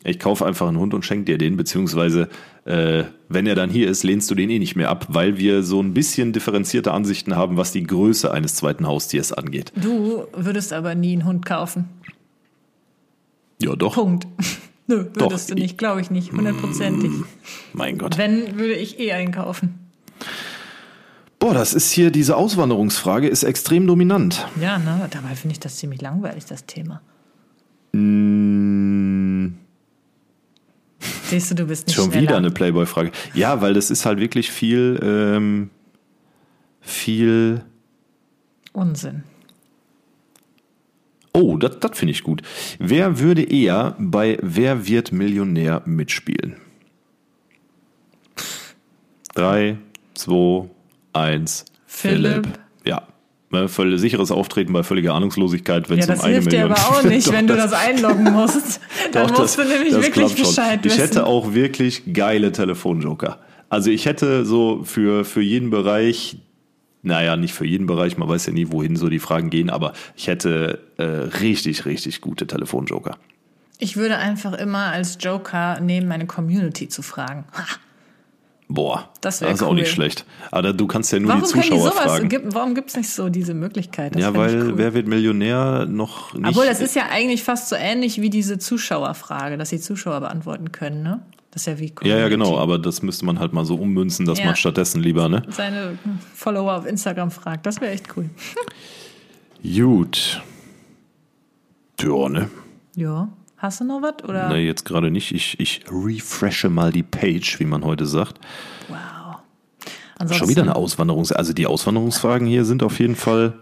Speaker 2: ich kaufe einfach einen Hund und schenke dir den, beziehungsweise äh, wenn er dann hier ist, lehnst du den eh nicht mehr ab, weil wir so ein bisschen differenzierte Ansichten haben, was die Größe eines zweiten Haustiers angeht.
Speaker 1: Du würdest aber nie einen Hund kaufen.
Speaker 2: Ja, doch.
Speaker 1: Punkt. Nö, würdest
Speaker 2: Doch,
Speaker 1: du
Speaker 2: ich- Mm.
Speaker 1: nicht, glaube ich nicht. Hundertprozentig.
Speaker 2: Mein Gott.
Speaker 1: Wenn, würde ich eh einen kaufen.
Speaker 2: Boah, das ist hier, diese Auswanderungsfrage ist extrem dominant.
Speaker 1: Ja, ne? Dabei finde ich das ziemlich langweilig, das Thema. Siehst du, du bist nicht
Speaker 2: Mm. Schon
Speaker 1: schneller.
Speaker 2: wieder eine Playboy-Frage. Ja, weil das ist halt wirklich viel, ähm, viel.
Speaker 1: Unsinn.
Speaker 2: Oh, das das finde ich gut. Wer würde eher bei Wer wird Millionär mitspielen? Drei, zwei, eins.
Speaker 1: Philipp.
Speaker 2: Ja. Ne, Völlig sicheres Auftreten bei völliger Ahnungslosigkeit, wenn
Speaker 1: Ja,
Speaker 2: es um
Speaker 1: das
Speaker 2: eine
Speaker 1: hilft dir
Speaker 2: Million
Speaker 1: aber auch nicht, wenn du das einloggen musst. Dann
Speaker 2: Doch,
Speaker 1: musst du nämlich wirklich
Speaker 2: klappt schon.
Speaker 1: Bescheid
Speaker 2: Ich
Speaker 1: wissen.
Speaker 2: hätte auch wirklich geile Telefonjoker. Also ich hätte so für, für jeden Bereich, naja, nicht für jeden Bereich, man weiß ja nie, wohin so die Fragen gehen, aber ich hätte äh, richtig, richtig gute Telefonjoker.
Speaker 1: ich würde einfach immer als Joker nehmen, meine Community zu fragen. Ha,
Speaker 2: Boah,
Speaker 1: Das wär
Speaker 2: ist auch
Speaker 1: cool.
Speaker 2: nicht schlecht. Aber da- du kannst ja nur
Speaker 1: warum
Speaker 2: die
Speaker 1: können die
Speaker 2: Zuschauer
Speaker 1: sowas?
Speaker 2: fragen.
Speaker 1: Gibt, warum gibt es nicht so diese Möglichkeit? Das
Speaker 2: ja,
Speaker 1: fänd ich
Speaker 2: weil
Speaker 1: cool.
Speaker 2: wer wird Millionär noch nicht.
Speaker 1: Obwohl, das ist ja eigentlich fast so ähnlich wie diese Zuschauerfrage, dass die Zuschauer beantworten können, ne? Das ist ja wie
Speaker 2: ja, ja,
Speaker 1: Community.
Speaker 2: genau, aber das müsste man halt mal so ummünzen, dass
Speaker 1: Ja.
Speaker 2: man stattdessen lieber, ne?
Speaker 1: Seine Follower auf Instagram fragt. Das wäre echt cool.
Speaker 2: Gut. Ja, ne?
Speaker 1: Ja. Hast du noch was? Oder?
Speaker 2: Nee, jetzt gerade nicht. Ich, ich refreshe mal die Page, wie man heute sagt.
Speaker 1: Wow. Ansonsten,
Speaker 2: Schon wieder eine Auswanderungs-, also die Auswanderungsfragen hier sind auf jeden Fall,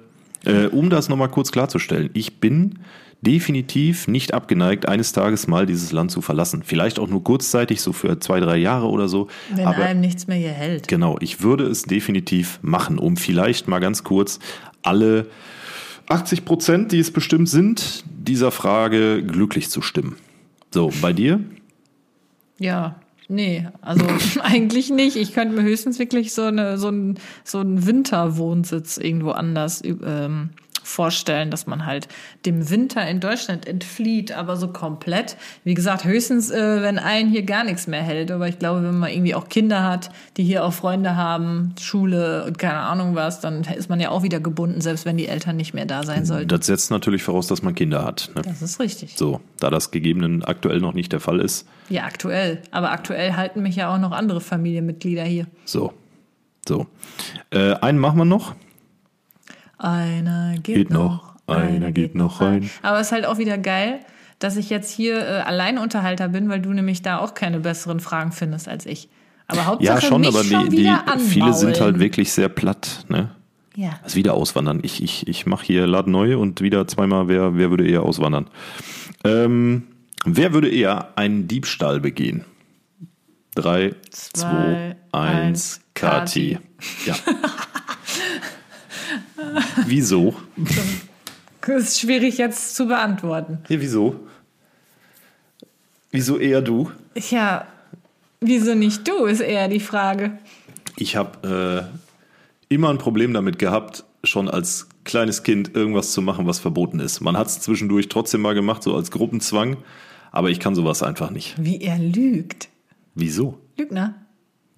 Speaker 2: äh, um das nochmal kurz klarzustellen, ich bin definitiv nicht abgeneigt, eines Tages mal dieses Land zu verlassen. Vielleicht auch nur kurzzeitig, so für zwei, drei Jahre oder so.
Speaker 1: wenn
Speaker 2: aber
Speaker 1: einem nichts mehr hier hält.
Speaker 2: Genau, ich würde es definitiv machen, um vielleicht mal ganz kurz alle 80 Prozent, die es bestimmt sind, dieser Frage glücklich zu stimmen. So, bei dir?
Speaker 1: Ja, nee, also eigentlich nicht. Ich könnte mir höchstens wirklich so, eine, so, ein, so einen Winterwohnsitz irgendwo anders ähm, vorstellen, dass man halt dem Winter in Deutschland entflieht, aber so komplett. Wie gesagt, höchstens, äh, wenn allen hier gar nichts mehr hält. Aber ich glaube, wenn man irgendwie auch Kinder hat, die hier auch Freunde haben, Schule und keine Ahnung was, dann ist man ja auch wieder gebunden, selbst wenn die Eltern nicht mehr da sein sollten.
Speaker 2: Das setzt natürlich voraus, dass man Kinder hat. Ne?
Speaker 1: Das ist richtig.
Speaker 2: So, da das gegebenen aktuell noch nicht der Fall ist.
Speaker 1: Ja, aktuell. Aber aktuell halten mich ja auch noch andere Familienmitglieder hier.
Speaker 2: So, so. Äh, einen machen wir noch.
Speaker 1: Einer geht,
Speaker 2: Geht
Speaker 1: noch,
Speaker 2: noch, einer geht noch rein.
Speaker 1: Aber es ist halt auch wieder geil, dass ich jetzt hier äh, Alleinunterhalter bin, weil du nämlich da auch keine besseren Fragen findest als ich. Aber
Speaker 2: Ja,
Speaker 1: Hauptsache
Speaker 2: schon,
Speaker 1: mich
Speaker 2: aber die,
Speaker 1: schon
Speaker 2: die
Speaker 1: wieder anmaulen.
Speaker 2: viele sind halt wirklich sehr platt. Ne?
Speaker 1: Ja.
Speaker 2: Also wieder auswandern. Ich, ich, ich mache hier Laden neu und wieder zweimal, wer, wer würde eher auswandern? Ähm, wer würde eher einen Diebstahl begehen? Drei, zwei,
Speaker 1: Zwei,
Speaker 2: eins,
Speaker 1: eins,
Speaker 2: Kati. Ja. wieso?
Speaker 1: Das ist schwierig jetzt zu beantworten.
Speaker 2: Hier, wieso? Wieso eher du?
Speaker 1: Ja, wieso nicht du, ist eher die Frage.
Speaker 2: Ich habe äh, immer ein Problem damit gehabt, schon als kleines Kind irgendwas zu machen, was verboten ist. Man hat es zwischendurch trotzdem mal gemacht, so als Gruppenzwang, aber ich kann sowas einfach nicht.
Speaker 1: Wie er lügt.
Speaker 2: Wieso?
Speaker 1: Lügner?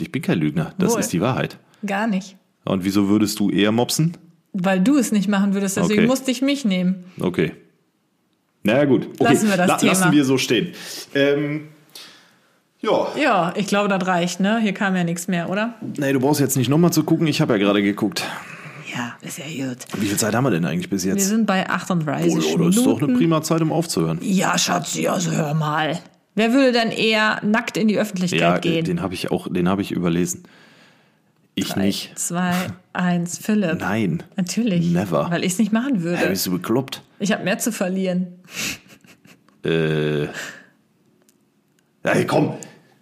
Speaker 2: Ich bin kein Lügner, das
Speaker 1: Wohl.
Speaker 2: ist die Wahrheit.
Speaker 1: Gar nicht.
Speaker 2: Und wieso würdest du eher mopsen?
Speaker 1: Weil du es nicht machen würdest, deswegen
Speaker 2: Okay.
Speaker 1: musste ich mich nehmen.
Speaker 2: Okay. Naja, gut. Okay.
Speaker 1: Lassen wir das Thema.
Speaker 2: Lassen wir so stehen. Ähm, ja.
Speaker 1: Ja, ich glaube, das reicht, ne? Hier kam ja nichts mehr, oder?
Speaker 2: Nee, du brauchst jetzt nicht nochmal zu gucken. Ich habe ja gerade geguckt.
Speaker 1: Ja, ist ja gut.
Speaker 2: Wie viel Zeit haben wir denn eigentlich bis
Speaker 1: Wir
Speaker 2: jetzt?
Speaker 1: sind bei 38
Speaker 2: oh, das ist doch
Speaker 1: Minuten.
Speaker 2: eine prima Zeit, um aufzuhören.
Speaker 1: Ja, Schatzi, also hör mal. Wer würde denn eher nackt in die Öffentlichkeit
Speaker 2: Ja,
Speaker 1: gehen?
Speaker 2: den habe ich auch, den habe ich überlesen. Ich nicht.
Speaker 1: Zwei, eins, Philipp.
Speaker 2: Nein.
Speaker 1: Natürlich.
Speaker 2: Never.
Speaker 1: Weil ich es nicht machen
Speaker 2: Hä,
Speaker 1: würde.
Speaker 2: bist du bekloppt?
Speaker 1: Ich habe mehr zu verlieren.
Speaker 2: Äh. Hey, komm.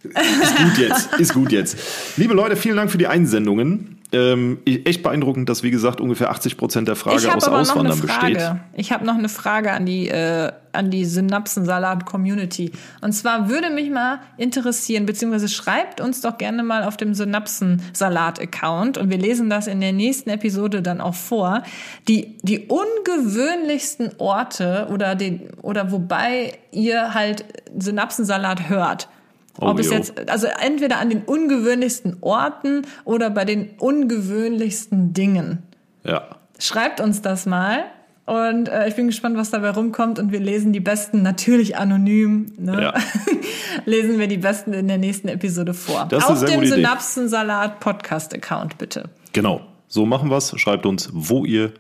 Speaker 2: Ist gut jetzt. Ist gut jetzt. Liebe Leute, vielen Dank für die Einsendungen. Ähm, echt beeindruckend, dass, wie gesagt, ungefähr 80 Prozent der Frage
Speaker 1: ich habe
Speaker 2: aus
Speaker 1: aber noch eine
Speaker 2: Auswandern
Speaker 1: Frage.
Speaker 2: besteht.
Speaker 1: Ich habe noch eine Frage an die, äh, an die Synapsensalat-Community. Und zwar würde mich mal interessieren, beziehungsweise schreibt uns doch gerne mal auf dem Synapsensalat-Account und wir lesen das in der nächsten Episode dann auch vor, die, die ungewöhnlichsten Orte oder, den, oder wobei ihr halt Synapsensalat hört.
Speaker 2: Oh,
Speaker 1: Ob es
Speaker 2: jo.
Speaker 1: jetzt, also entweder an den ungewöhnlichsten Orten oder bei den ungewöhnlichsten Dingen.
Speaker 2: Ja.
Speaker 1: Schreibt uns das mal. Und äh, ich bin gespannt, was dabei rumkommt. Und wir lesen die besten natürlich anonym. Ne?
Speaker 2: Ja.
Speaker 1: lesen wir die besten in der nächsten Episode vor.
Speaker 2: Das ist eine
Speaker 1: Auf
Speaker 2: sehr
Speaker 1: dem
Speaker 2: gute Idee.
Speaker 1: Synapsensalat Podcast Account bitte.
Speaker 2: Genau. So machen wir's. Schreibt uns, wo ihr,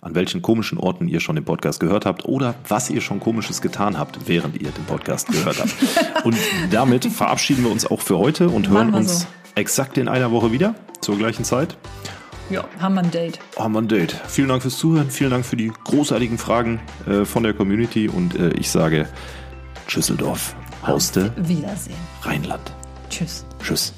Speaker 2: an welchen komischen Orten ihr schon den Podcast gehört habt oder was ihr schon komisches getan habt, während ihr den Podcast gehört habt. Und damit verabschieden wir uns auch für heute und hören
Speaker 1: Machen wir
Speaker 2: uns
Speaker 1: so.
Speaker 2: exakt in einer Woche wieder, zur gleichen Zeit.
Speaker 1: Ja, haben wir ein Date.
Speaker 2: Haben wir ein Date. Vielen Dank fürs Zuhören, vielen Dank für die großartigen Fragen äh, von der Community und äh, ich sage Schüsseldorf, Hauste,
Speaker 1: Wiedersehen.
Speaker 2: Rheinland.
Speaker 1: Tschüss.
Speaker 2: Tschüss.